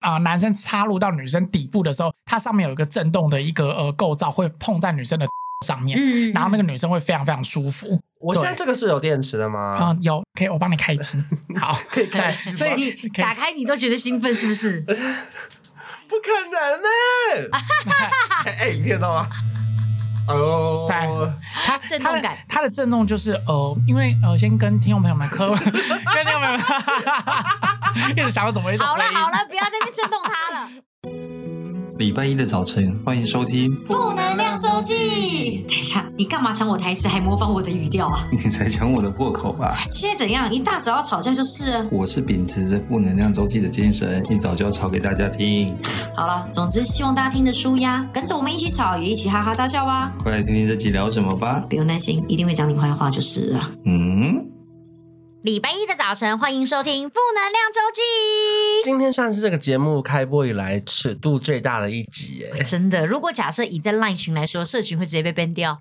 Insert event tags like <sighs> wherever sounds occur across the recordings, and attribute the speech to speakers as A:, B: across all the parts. A: 啊、男生插入到女生底部的时候，它上面有一个震动的一个呃构造，会碰在女生的上面，
B: 嗯 <laughs>
A: 然后那个女生会非常非常舒服。
C: 我现在这个是有电池的吗？
A: 啊、有，可以，我帮你开
C: <laughs>
A: 机。好，
C: 可以开，
A: 所以
B: 你
A: 可以
B: 打开你都觉得兴奋，是不是？
C: 不可能
B: <laughs>
C: 呢！哎哎，你听得到吗？哦，
A: 来它
B: 震
A: 它
B: 动
A: 的
B: 感
A: 它的震动就是呃，因为呃，先跟听众朋友们科， <laughs> 跟听众朋友们， <laughs> 一直想要怎么回事？
B: <laughs> 好了好了，不要再去震动它了。
D: 礼拜一的早晨，欢迎收听。 <laughs>
B: 负能量周记。等一下，你干嘛抢我台词，还模仿我的语调啊？
D: 你才抢我的破口吧！
B: 现在怎样？一大早要吵架就是了。
D: 我是秉持着负能量周记的精神，一早就要吵给大家听。
B: 好了，总之希望大家听得舒压，跟着我们一起吵，也一起哈哈大笑吧。
D: 快来听听这集聊什么吧。
B: 不用担心，一定会讲你坏话就是了。
D: 嗯，
B: 礼拜一的早晨，欢迎收听《负能量周记
C: 今天算是这个节目开播以来尺度最大的一集哎》。，
B: 真的，如果假设以在 LINE 群来说，社群会直接被 ban <laughs> 掉。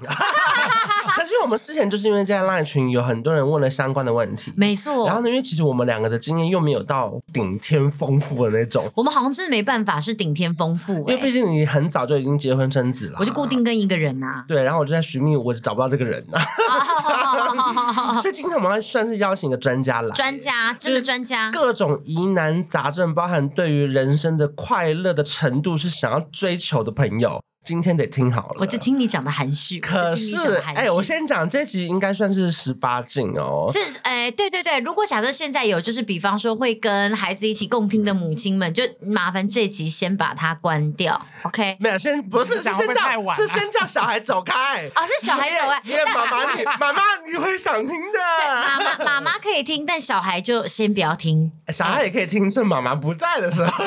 C: 但是因为我们之前就是因为在 LINE 群有很多人问了相关的问题，
B: 没
C: 然
B: 错
C: 后，呢，因为其实我们两个的经验又没有到顶天丰富的那种，
B: 我们好像真的没办法，是顶天丰富、
C: 因为毕
B: 欸。
C: 竟你很早就已经结婚生子了，
B: 我就固定跟一个人啊呐、
C: 对，然后我就在寻觅，我找不到这
B: <laughs>
C: 个人啊，所以今天我们还算是邀请一个专家来，
B: <laughs> 专
C: <laughs>
B: 家，真的专家。
C: 各种疑难杂症，包含对于人生的快乐的程度是想要追求的朋友，今天得听好了。
B: 我就。听你讲的含蓄，
C: 可
B: 我就听你讲
C: 是，
B: 得含蓄
C: 哎、我先讲这集应该算是十八禁哦。
B: 是，哎、对对对，如果假设现在有，就是比方说会跟孩子一起共听的母亲们，就麻烦这集先把它关掉，OK？
C: 没有，先不是
A: 你
C: 是
A: 讲会不
C: 先
A: 会
C: 叫
A: 太晚啊
C: 是先叫小孩走开。
B: 哦，是小孩走哎，
C: 因为因为妈妈你
B: 对
C: 妈妈你会想听的，
B: 妈妈妈妈可以听，但小孩就先不要
C: <laughs>
B: 听。
C: 小孩也可以听，趁妈妈不在的时
B: <laughs>
C: 候。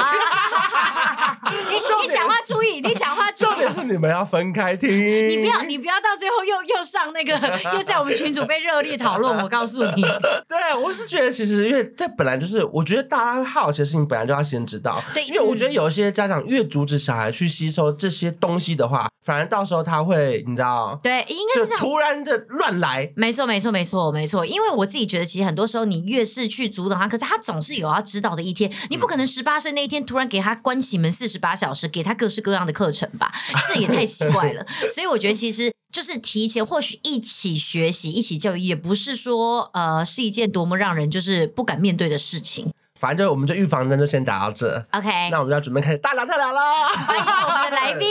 B: 你你讲话注意，你讲话注
C: 重
B: 意
C: 点。是你们要分开听，
B: 你
C: 你
B: 不要，你不要到最后又又上那个，又在我们群主被热烈讨论。我告诉你，
C: 对，我是觉得其实因为这本来就是，我觉得大家好奇的事情本来就要先知道。
B: 对
A: 嗯
C: 因为我觉得有一些家长越阻止小孩去吸收这些东西的话，反而到时候他会你知道，
B: 对，应该
C: 就是
B: 这样
C: 突然的乱来。
B: 没错，没错，没错，没错。因为我自己觉得，其实很多时候你越是去阻挡他，可是他总是有要指导的一天。你不可能十八岁那一天突然给他关起门四十八小时，给他各式各样的课程吧？这也太奇怪了。所以我觉得，其实就是提前或许一起学习、一起教育，也不是说呃是一件多么让人就是不敢面对的事情。
C: 反正就我们就预防针就先打到这，
B: OK，
C: 那我们就要准备开始大聊特聊喽。
B: 欢迎我们的来宾。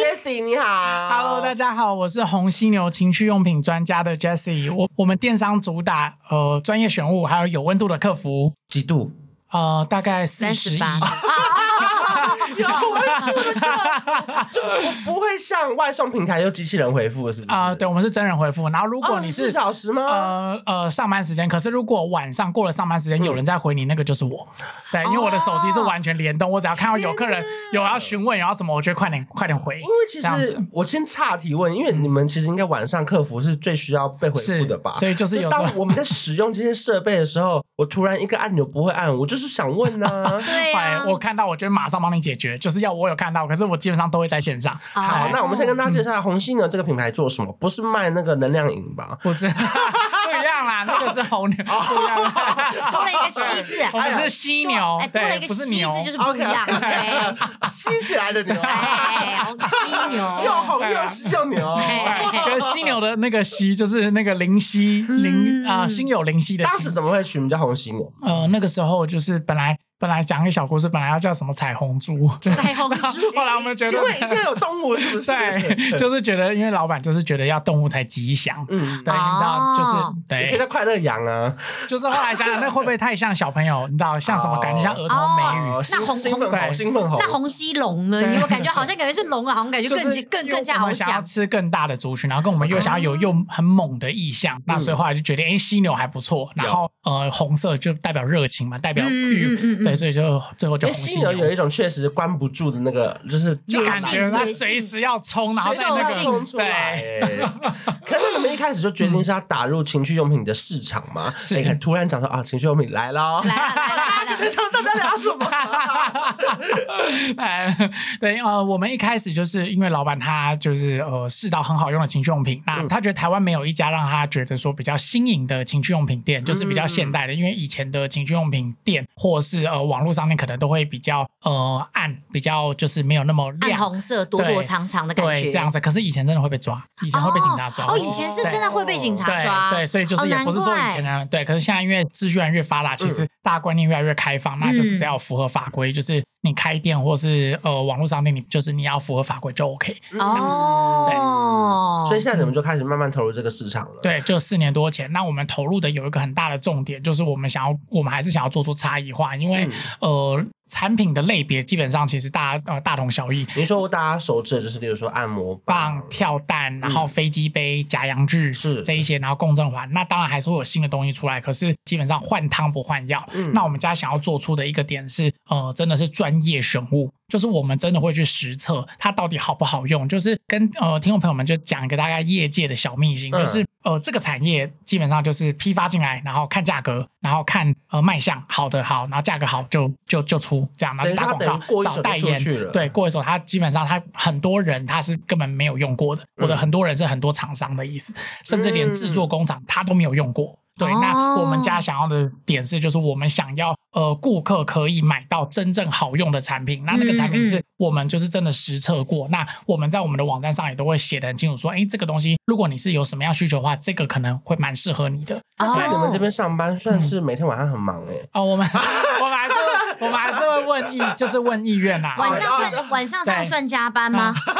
C: Jessie 你好
A: Hello，大家好，我是红犀牛情趣用品专家的 Jesse。我我们电商主打呃专业选物，还有有温度的客服，
C: 几度？
A: 呃，大概四
B: 三
A: 十
B: 十
A: 一。
B: 八，
C: 有温度的歌， <laughs> 就是不不会像外送平台用机器人回复，是不是？啊
A: 啊、对，我们是真人回复。然后如
C: 24
A: 果你是、
C: 小时吗？
A: 呃呃上班时间，可是如果晚上过了上班时间，有人在回你，那个就是
C: 哦
A: 我。对，因为我的手机是完全联动，我只要看到有客人有要询问，有要什么，我就会快点快点回。
C: 嗯因为其
A: 这样子
C: 实我先岔提问，因为你们其实应该晚上客服是最需要被回复的吧？
A: 是所以就是有时候
C: 当我们在使用这些设备的时候，我突然一个按钮不会按，我就是想问呢、
A: <laughs>
B: 对
A: 哎，
B: 啊，
A: 我看到我就会马上帮你解决，就是要我有看到，可是我基本上都会在线上。
C: 好
B: 哦，
C: 那我们先跟大家介绍一下红犀牛这个品牌做什么，不是卖那个能量饮吧？
A: 不
C: <laughs>
A: 是不一样啦，那个是红牛，不一样
C: 哦
A: 啦。
B: 多了一个
C: <laughs>
A: <laughs>
B: 七字，
A: 我们是犀牛
B: 多哎，多了一
A: 对，不
B: 个
A: 是哦
B: 七
A: 牛
B: 字，就是不一样。OK，
C: <laughs> 吸起来的牛，
B: 哎，好犀
C: <laughs> 又
B: 牛，
C: 红又吸又牛。
A: 哎
C: <laughs>
A: 跟犀牛的那个犀就是那个灵犀灵
B: 嗯
A: 啊，心有灵犀的
C: 当时
A: 犀。
C: 怎么会取名叫红犀牛？
A: 呃，那个时候就是本来本来讲一个小故事，本来要叫什么彩虹猪，就
B: 彩虹猪
A: <laughs> <laughs> 后来我们觉得
C: 因为一定要有动物，是不是？
A: <laughs> 对，就是觉得因为老板就是觉得要动物才吉祥，
C: 嗯，
A: 对，你知道
B: 哦
A: 就是
C: 也可
A: 对，
C: 以叫快乐羊啊，
A: 就是后来想想那会不会太像小朋友，你知道像什么感觉像儿童美语
C: 哦，兴
B: 那红
C: 兴奋猴，
A: 对
C: 兴奋猴，
B: 那红犀龙呢？你有感觉好像感觉是龙啊，好像感觉
A: 就
B: 更
A: 是
B: 更
A: 因为
B: 更加哦
A: 我
B: 好
A: 们想要
B: 想。
A: 吃更大的族群，然后跟我们又想要有又很猛的意向，
B: 嗯
A: 那所以后来就决定，哎，犀牛还不错，然后呃，红色就代表热情嘛，代表
B: 嗯嗯嗯
A: 欲，
B: 嗯
A: 对，所以就最后就
C: 因为
A: 红犀
C: 哎犀牛有一种确实关不住的那个，就是
A: 就
B: 野
A: 感
B: 性
A: 觉它
B: 野性
A: 随时要冲，然后在
B: 兽
A: 那
B: 性
A: 个
C: 冲出来。可能你们一开始就决定是要打入情趣用品的市场嘛？
A: 嗯是
C: 哎看突
A: <laughs>
C: 然讲说啊，情趣用品来了哦。
B: 来了来了来
C: 你
B: 了，
C: 想大家聊什么？
B: <laughs>
A: 哎， <laughs> 对，呃，我们一开始就是因为老板他就是呃试到很好用的情趣用品，那
C: 嗯
A: 他觉得台湾没有一家让他觉得说比较新颖的情趣用品店，就是
B: 嗯
A: 比较现代的，因为以前的情趣用品店或是呃网络上面可能都会比较呃暗，比较就是没有那么
B: 暗
A: 亮。
B: 红色躲躲藏藏的感觉，
A: 对，这样子。可是以前真的会被抓，以前会被警察抓。
B: 哦，以前是真的会被警察抓，
A: 对对，所以就是
B: 哦
A: 也不是说以前呢，对，可是现在因为资讯越来越发达，其实大家观念越来越开放，那就是
B: 嗯
A: 只要符合法规，就是你开店或是呃网络商店，你就是你要符合法规就 OK。
B: 哦，
C: 嗯所以现在你们就开始慢慢投入这个市场了。，嗯
A: 对，就四年多前，那我们投入的有一个很大的重点，就是我们想要，我们还是想要做出差异化，因
C: 嗯
A: 为、呃产品的类别基本上其实大家呃大同小异，
C: 您说大家熟知的就是，例如说按摩
A: 棒、跳蛋，然后飞机杯、假洋具
C: 是
A: 这一些，然后共振环，那当然还是会有新的东西出来，可是基本上换汤不换药。
C: 嗯
A: 那我们家想要做出的一个点是，呃，真的是专业选物，就是我们真的会去实测它到底好不好用，就是跟呃听众朋友们就讲一个大概业界的小秘辛，
C: 嗯
A: 就是呃这个产业基本上就是批发进来，然后看价格，然后看呃卖相，好的好，然后价格好就就就出这样，然后就打
C: 等于说
A: 广
C: 它等于过
A: 告
C: 一
A: 找
C: 手就
A: 代
C: 出
A: 言
C: 去了，
A: 对，过一手它基本上它很多人他是根本没有用过的，我的
C: 嗯
A: 很多人是很多厂商的意思，甚至连制作工厂他都没有用过。对，那
B: 哦
A: 我们家想要的点是，就是我们想要呃，顾客可以买到真正好用的产品。那那个产品
B: 嗯嗯
A: 是我们就是真的实测过。那我们在我们的网站上也都会写的很清楚，说，哎，这个东西如果你是有什么样需求的话，这个可能会蛮适合你的。
B: 哦
C: 在你们这边上
A: 嗯
C: 班算是每天晚上很忙哎、
A: <laughs> 哦，我们我们还是会我们还是会问意，就是问啊意愿啦。
B: 晚
A: <laughs>
B: 上算晚上上算加班吗？
A: 嗯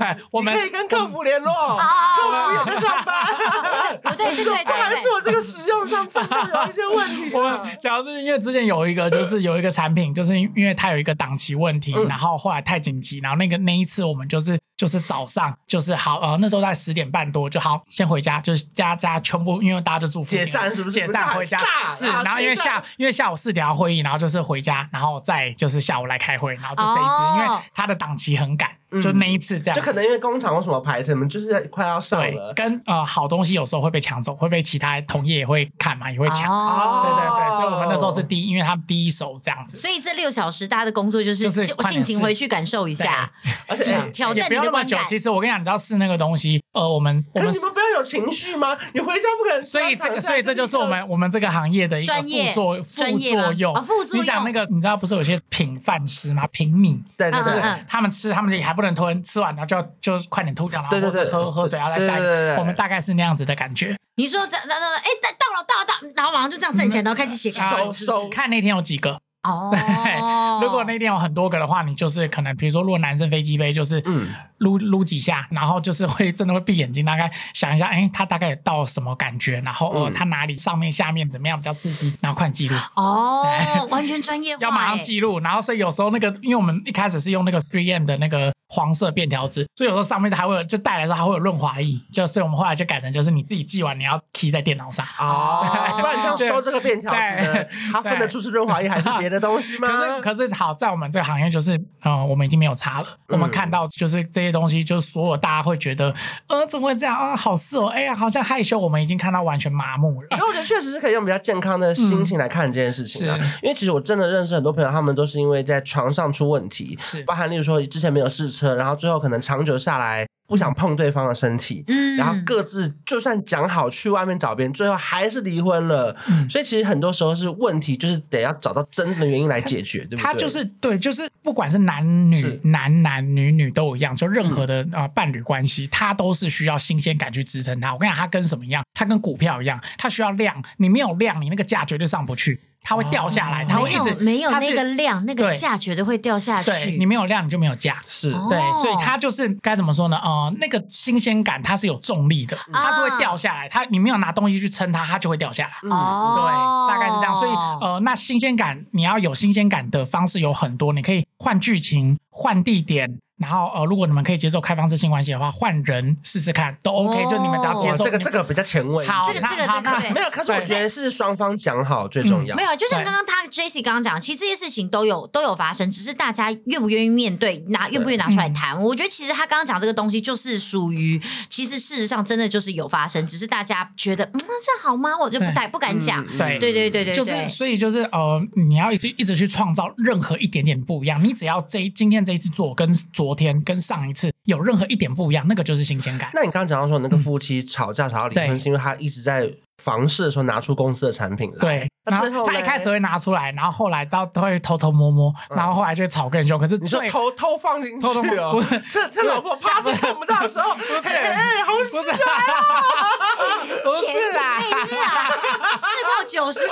A: 哎 <laughs> 我们
C: 你可以跟客服联络，客服也
B: 哦，
C: 在上 <laughs> 班，
B: 不对对对
C: 不然是
B: 对，
C: 我这个使用上真的有一些问
A: <laughs>
C: 题、
A: 我们
C: 啊。
A: 讲到这个，因为之前有一个，就是有一个产品，就是因为它有一个档期问题，
C: 嗯
A: 然后后来太紧急，然后那个那一次我们就是就是早上就是好呃那时候在十点半多就好先回家，就是家家全部因为大家就住附近
C: 解散是不是
A: 解散回家
C: 不是很炸
A: 是，
C: 啊
A: 然后因为
C: 解散
A: 下因为下午四点要会议，然后就是回家，然后再就是下午来开会，然后就这一支，
B: 哦
A: 因为它的档期很赶，
C: 嗯
A: 就那一次这样
C: 就。可能因为工厂有什么排程，你们就是快要上
A: 对
C: 了，。
A: 跟呃好东西有时候会被抢走，会被其他同业也会看嘛，也会抢。
B: 哦。
A: 对对对，所以我们那时
C: 哦
A: 候是第一，因为他们第一手这样子。
B: 所以这六小时大家的工作就是
A: 就是
B: 尽
A: 快点
B: 尽情
A: 睡
B: 回去感受一下，
C: 而且、哎
B: 挑
A: 也
B: 战
A: 不
B: 你
A: 要那
B: 的
A: 么
B: 观
A: 久
B: 感。。
A: 其实我跟你讲，你知道试那个东西，呃，我们我
C: 可
A: 们
C: 是你们不要有情绪吗？你回家不可能
A: 所以这
C: 当
A: 个，
C: 场
A: 所以这就是我们我们这个行业的一个
B: 专业
A: 副作
B: 专
A: 副
B: 业吗
A: 作用
B: 哦副作用
A: 你想那个，你知道不是有些品饭吃吗？平米。
C: 对对
B: 嗯
C: 对
B: 嗯
C: 对
B: 嗯，
A: 他们吃，他们也还不能吞，吃完然后就要就快点吐掉，然后
C: 对对
A: 或
C: 对
A: 者喝喝水，然后再下一
C: 对对对
A: 个。
C: 对
A: 我们大概是那样子的感觉。
B: 你说这那那哎，到了到了到了，然后马上就这样站起来，然后开始写感
A: 啊
B: 受。
C: 手手
A: 看那天有几个，
B: 哦，
A: <laughs> 如果那天有很多个的话，你就是可能，比如说，如果男生飞机杯就是
C: 嗯
A: 撸撸几下，然后就是会真的会闭眼睛，大概想一下，哎、他大概到什么感觉，然后呃，
C: 嗯
A: 他哪里上面下面怎么样比较刺激，然后快点记录。
B: 哦，
A: <laughs>
B: 完全专业化，
A: 要马上
B: 哎
A: 记录，然后所以有时候那个，因为我们一开始是用那个 3M 的那个黄色便条纸，所以有时候上面还会有，就带来的时候还会有润滑液，就所以我们后来就改成就是你自己记完，你要 key 在电脑上。
C: 哦，不然这样
A: 对
C: 收这个便条纸呢
A: 对，
C: 它分得出是润滑液还是别的东西吗？
A: 可是可是好在我们这个行业就是，呃，我们已经没有差了。我们看到就是这些东西，就是所有大家会觉得，呃，怎么会这样啊？好色哦，哎呀，好像害羞。我们已经看到完全麻木了
C: 因。为我觉得确实是可以用比较健康的心情来看这件事情啊。
A: 嗯
C: 因为其实我真的认识很多朋友，他们都是因为在床上出问题，
A: 是
C: 包含例如说之前没有试车，然后最后可能长久下来不想碰对方的身体。
B: 嗯
C: 然后各自就算讲好去外面找别人，最后还是离婚了。
A: 嗯
C: 所以其实很多时候是问题，就是得要找到真正的原因来解决，对不对？
A: 他就是对，就是不管是男女
C: 是
A: 男男女女都一样，就任何的、呃伴侣关系，它都是需要新鲜感去支撑它。我跟你讲，它跟什么一样？它跟股票一样，它需要量。你没有量，你那个价绝对上不去，它会掉下来，它会
B: 没
A: 一
B: 有
A: 直
B: 没有
A: 它是
B: 那个量，那个
A: 对
B: 价绝对会掉下
A: 对
B: 去。
A: 你没有量，你就没有价。
C: 是
B: 哦
A: 对，所以它就是该怎么说呢？呃，那个新鲜感它是有重力的，
B: 嗯
A: 它是会掉下来。它你没有拿东西去撑它，它就会掉下来。
C: 嗯
A: 对，
B: 哦，
A: 大概是这样。所以呃，那新鲜感你要有新鲜感的方式有很多，你可以换剧情、换地点，然后呃，如果你们可以接受开放式性关系的话，换人试试看都 OK，、
B: 哦
A: 就你们只要接
C: 哇
A: 受
C: 这个
A: 你
C: 这个比较前卫一点，
A: 好，
B: 这个
A: 那
B: 这个
A: 好
B: 对
A: 那
B: 对
C: 没有。可是我
A: 对嗯
C: 觉得是双方讲好最重要
B: 没。有，就像
A: 对
B: 刚刚他 Jessie 刚刚讲，其实这些事情都有都有发生，只是大家愿不愿意面对，拿愿不愿意拿出
A: 嗯
B: 来谈。我觉得其实他刚刚讲这个东西，就是属于，其实事实上真的就是有发生，只是大家觉得，嗯，这好吗？我就不
A: 对
B: 太不敢讲。
C: 嗯
A: 对
B: 对对对对，
A: 就是，所以就是呃，你要一直一直去创造任何一点点不一样。你只要这一今天这一次做跟昨天跟上一次有任何一点不一样，那个就是新鲜感。
C: 那你刚刚讲到说，那个夫妻吵架吵到离婚，
A: 嗯对
C: 是因为他一直在房市的时候拿出公司的产品来。
A: 对，
C: 那
A: 然
C: 最后
A: 后他一
C: 嘞嗯
A: 开始会拿出来，然后后来到都会偷偷摸摸，然后后来就会吵更凶。可是
C: 你说
A: 最
C: 偷偷放进去
A: 偷偷
C: 哦
A: 不是，
C: 趁趁老婆趴着看不到的时候，哎，好
A: 不是
C: 险！
A: <laughs>
B: 前啦，那只啊，试过九十只，这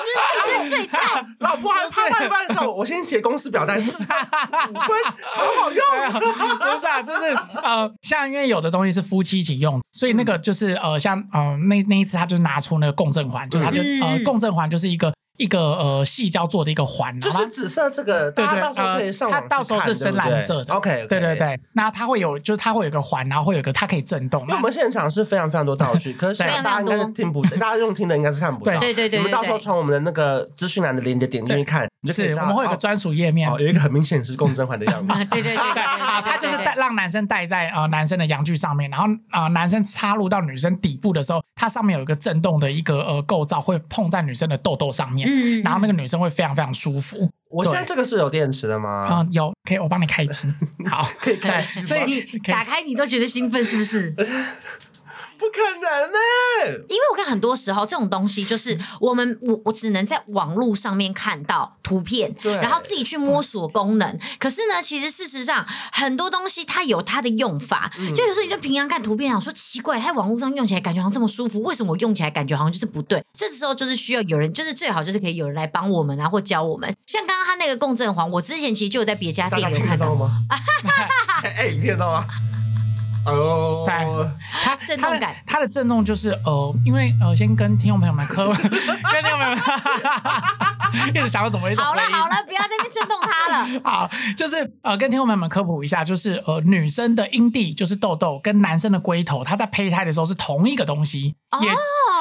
B: 只最
C: <laughs>
B: 赞。
C: 老婆还趴到一半的时候，我先写公司表单，是吧 <laughs> 五分，好
A: <laughs>
C: 好用。
A: 不是啊，就是呃，像因为有的东西是夫妻一起用，所以那个就是呃，像呃那那一次他就拿出那个共振环，就他就
B: 嗯
A: 呃共振环就是一个一个呃细胶做的一个环，
C: 就
A: 然后
C: 是
A: 它
C: 紫色这个，
A: 对
C: 大家
A: 对
C: 到时候可以上
A: 呃
C: 网
A: 它到时候是深蓝色的
C: OK，
A: 对对。对，那它会有就是它会有一个环，然后会有一个它可以震动，
C: 因为我们现场是非常非常多道具，可是
A: 对
C: 大家应该是听不，大家用听的应该是看不到。
B: 对对对对
C: 你们到时候
B: 对
C: 从我们的那个资讯栏的链接点进去看，你
A: 那
C: 就可以
A: 是
C: 知道
A: 我们会有个专属页面
C: 哦，。哦有一个很明显是共振环的样子。
B: 啊对对
C: <laughs>
B: 对对
A: <laughs> 对啊，它就是带
B: 带
A: 让男生戴在呃男生的阳具上面，然后啊男生插入到女生底部的时候，它上面有一个震动的一个呃构造，会碰在女生的痘痘上面，
B: 嗯
A: 然后那
B: 个
A: 个女生会非常非常舒服。
C: 我现在这个是有电池的吗？
A: 啊、有，可以，我帮你开机。好，
C: 可以开
A: 对
C: 机吗
A: 所以
B: 你
A: 可以
B: 打开你都觉得兴奋是不是？
C: 不可能呢！
B: 因为我看很多时候这种东西，就是我们我我只能在网络上面看到图片，
C: 对
B: 然后自己去摸索功能。可是呢，其实事实上很多东西它有它的用法，就有时候你就平常看图片，想说奇怪，它网络上用起来感觉好像这么舒服，为什么我用起来感觉好像就是不对？这时候就是需要有人，就是最好就是可以有人来帮我们啊，或教我们。像刚刚他那个共振环，我之前其实就有在别家
C: 大
B: 店
C: 家
B: 有
C: 听
B: 看
C: 得
B: 到
C: 到。吗？哎哎，你听得到吗？哦，
A: 它
B: 震
A: 它
B: 动
A: 的
B: 感
A: 它的震动就是呃，因为呃，先跟听众朋友们科，跟听众朋友们一直想要怎么一种
B: 好了
A: 回应
B: 好了，不要在那边震动它
A: <laughs>
B: 了。
A: 好，就是呃，跟听众朋友们科普一下，就是呃，女生的阴蒂就是痘痘，跟男生的龟头，它在胚胎的时候是同一个东西，也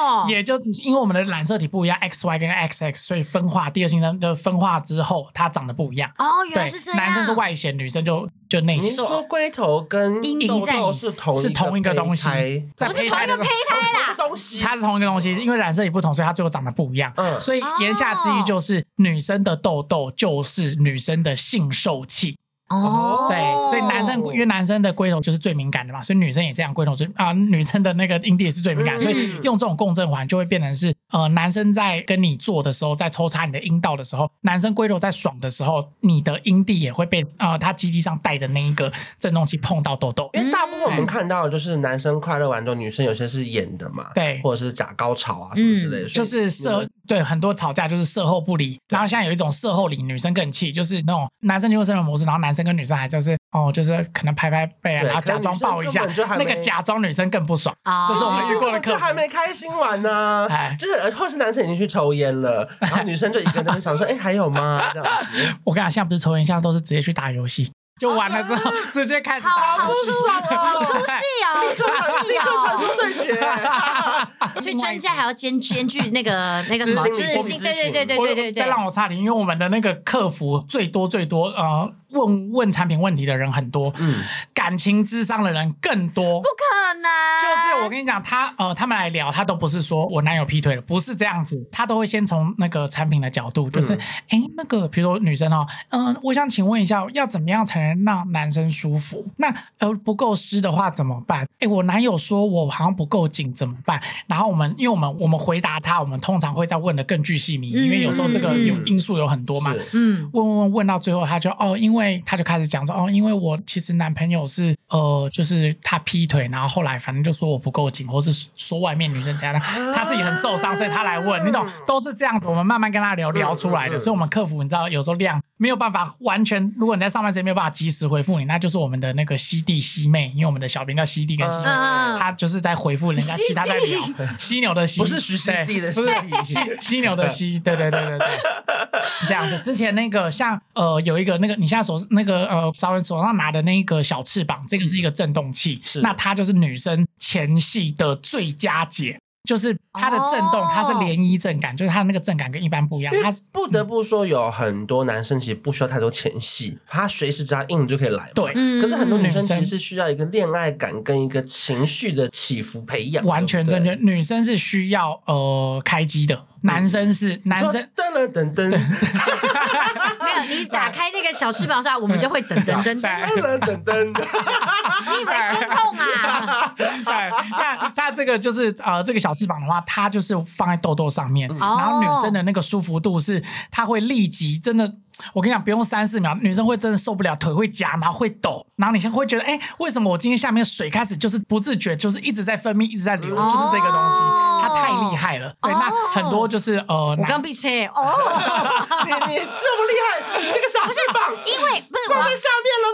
B: 哦，
A: 也就因为我们的染色体不一样，X Y 跟 X X，所以分化第二性征的分化之后，它长得不一样。
B: 哦，原
A: 对
B: 来是这，样。
A: 男生是外显，女生就就内
C: 您
A: 显。
C: 说龟头跟
B: 阴蒂
C: 痘
B: 在
C: 痘是同
A: 是同一个东西
C: 胚胎，
A: 在
B: 不是
A: 胚
B: 同
A: 胎
B: 一个
A: 的
B: 胚胎啦
C: 同一个。东西，
A: 它是同一个东西，因为染色体不同，所以它最后长得不一样。
C: 嗯
A: 所以
B: 哦
A: 言下之意就是，女生的痘痘就是女生的性受器，
B: 哦，
A: 对，所以男生因为男生的龟头就是最敏感的嘛，所以女生也这样，龟头最啊、女生的那个阴蒂也是最敏感，
C: 嗯
A: 所以用这种共振环就会变成是，呃，男生在跟你做的时候，在抽插你的阴道的时候，男生龟头在爽的时候，你的阴蒂也会被呃他基地上带的那一个振动器碰到痘痘，
C: 因为大部分我们看到的就是男生快乐完之后，女生有些是演的嘛，
A: 嗯对嗯
C: 或者是假高潮啊什么之类的，所
A: 就
C: 以
A: 是事对很多吵架就是事后不理，然后现在有一种事后理，女生更气，就是那种男生进入生理模式，然后男生跟女生还就是哦，就是可能拍拍背啊，
C: 对
A: 然后假装抱一下
C: 可是女生根本就还，没
A: 那个假装女生更不
C: <laughs>
A: 爽，
B: 哦
A: 这是我
C: 你
A: 们
C: 们
A: 遇过的
C: 根本
A: 客
C: 就还
A: 服。
C: 没开心完呢
A: 哎，
C: 就是呃或是男生已经去抽烟了，然后女生就一个人在那
A: <laughs>
C: 边想说，哎，还有吗？这样子，
A: 我跟你讲，现在不是抽烟，现在都是直接去打游戏，就完了之后
C: 啊
A: 直接开始打
B: 哦好
A: 游
B: 好
A: 戏。
B: 爽哦，好出戏
A: <laughs>
B: 哦，
C: 立刻传立刻传出对决， <laughs>
B: 所以专家还要兼兼具那个那个什么，
A: 知
B: 就
A: 情
B: 是
A: 我们
B: 心
C: 知
B: 对对
C: 情
B: 对对
A: 我
B: 对对对，
A: 再让我差点，因为我们的那个客服最多最多，呃，问问产品问题的人很多，
C: 嗯，
A: 感情智商的人更多，
B: 不可能，
A: 就是我跟你讲，他呃，他们来聊，他都不是说我男友劈腿了，不是这样子，他都会先从那个产品的角度，就是
C: 嗯
A: 哎、诶那个比如说女生哦，嗯、我想请问一下，要怎么样才能让男生舒服？那呃不够湿的话怎么办？哎、我男友说我好像不够紧，怎么办？然后我们因为我们我们回答他，我们通常会再问的更具细迷，因为有时候这个有
B: 嗯嗯
A: 因素有很多嘛，
C: 是
B: 嗯，
A: 问问问问到最后，他就哦，因为他就开始讲说哦，因为我其实男朋友是呃，就是他劈腿，然后后来反正就说我不够紧，或是说外面女生怎样，他自己很受伤，所以他来问，你懂，都是这样子，我们慢慢跟他聊聊出来
C: 啊嗯嗯
A: 的。
C: 嗯
A: 所以我们客服你知道，有时候量没有办法完全，如果你在上班时间没有办法及时回复你，那就是我们的那个西弟西妹，因为我们的小编叫西弟跟西妹。
B: 嗯
A: 他就是在回复人家，其他在聊犀牛的犀，
C: 不是徐熙娣
A: 对
C: 的
A: 不是
C: 熙
A: 犀犀牛的犀，对对对对对，这样子。之前那个像呃有一个那个你现在手那个呃稍微手上拿的那个小翅膀，这个是一个震动器，
C: 是
A: 那它就是女生前戏的最佳解。就是它的震动
B: 哦，
A: 它是涟漪震感，就是它的那个震感跟一般不一样。
C: 因
A: 它
C: 为
A: 是
C: 不得不说，有很多男生其实不需要太多前戏，他随时只要硬就可以来嘛。
A: 对
B: 嗯
C: 可是很多女生
A: 女
C: 其
A: 生
C: 实是需要一个恋爱感跟一个情绪的起伏培养，
A: 完全
C: 对
A: 正
C: 不
A: 确
C: 对。。
A: 女生是需要呃开机的，男生是男生
C: 噔了噔噔噔
B: 没有，你打开那个小翅膀上，我们就会等等等等。
A: 嗯 <laughs> 对
C: 了噔噔，
B: 你以为声控
A: <laughs>
B: 啊？
A: 对，那它这个就是呃，这个小翅膀的话，它就是放在痘痘上面，
B: 哦
A: 然后女生的那个舒服度是，它会立即真的。我跟你讲，不用三四秒，女生会真的受不了，腿会夹，然后会抖，然后你先会觉得，哎、为什么我今天下面水开始就是不自觉，就是一直在分泌，一直在流，
B: 嗯
A: 就是这个东西，
B: 哦
A: 它太厉害了。对，
B: 哦
A: 那很多就是呃，
B: 我
A: 男
B: 刚闭车哦，
C: 你你这么厉害，你这个小翅膀
B: 因为不是我
C: 放
B: 要
C: 在下面了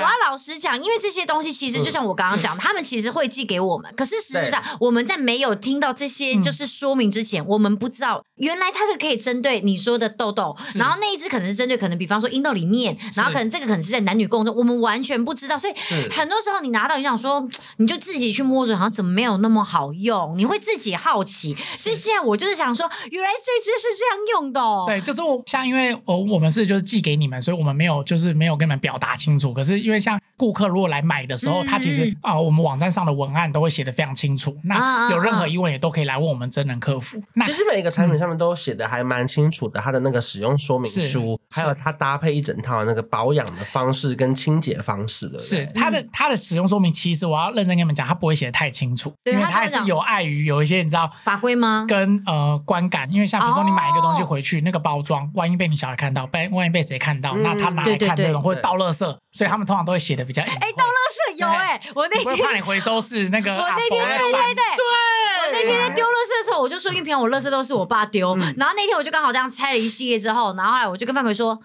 B: 我要老实讲，因为这些东西其实就像我刚刚讲，他们其实会寄给我们，可是事实上我们在没有听到这些就是说明之前，我们不知道原来它是可以针对你说的痘痘，
A: 是
B: 然后那一只可能是针对可能比方说阴道里面，然后可能这个可能是在男女共用，我们完全不知道，所以
C: 是
B: 很多时候你拿到你想说，你就自己去摸索，好像怎么没有那么好用，你会自己好奇，所以现在我就是想说，原来这只是这样用的哦，
A: 对，就是我像因为我我们是就是寄给你们，所以我们没有就是没有跟你们表达清楚。可是因为像顾客如果来买的时候，
B: 嗯
A: 他其实
B: 嗯
A: 啊、我们网站上的文案都会写的非常清楚。
B: 啊啊
A: 那有任
B: 啊
A: 何疑问也都可以来问我们真人客服。那
C: 其实每一个产品上面都写的还蛮清楚的，它的那个使用说明书，
A: 是
C: 还有它搭配一整套的那个保养的方式跟清洁方式的。
A: 是它的它的使用说明，其实我要认真跟你们讲，它不会写的太清楚，
B: 对
A: 因为
B: 它
A: 它还
B: 这
A: 是
B: 样讲
A: 有碍于有一些你知道
B: 法规吗？
A: 跟呃观感，因为像比如说你买一个东西
B: 哦
A: 回去，那个包装，万一被你小孩看到，被万一被谁看到，
C: 嗯
A: 那他拿
B: 对
A: 来
B: 对
A: 看这
B: 对
A: 种或者
C: 对
A: 倒垃圾，所以他们通常都会写的比较隐晦。
B: 哎，到垃圾
A: 对
B: 有哎、我那
A: 不会
B: 天
A: 怕你回收是那个
B: 我
A: 阿
B: 那
A: 伯
B: 天
A: 在
B: 对对对，我那
C: 对，
B: 天在丢垃圾的时候，我就说，因为平常我垃圾都是我爸丢，
A: 嗯
B: 然后那天我就刚好这样拆了一系列之后，然后后来我就跟范奎
A: <laughs>
B: 说，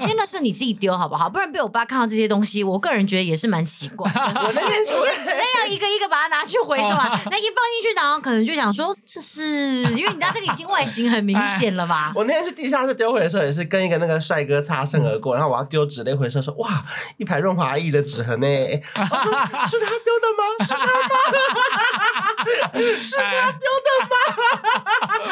B: 今天垃圾你自己丢好不好？不然被我爸看到这些东西，我个人觉得也是蛮奇怪的。
A: <laughs>
C: 我那天我也是
B: 那样一个一个把它拿去回收完，那一放进去，然后可能就想说，这是因为你知道这个已经外形很明显了吧？
C: 我那天去地下室丢回的时候，也是跟一个那个帅哥擦身而过，然后我要丢纸类回收，说哇，一排润滑液的纸痕呢、我说是他丢的吗？是他
A: 是他丢的哎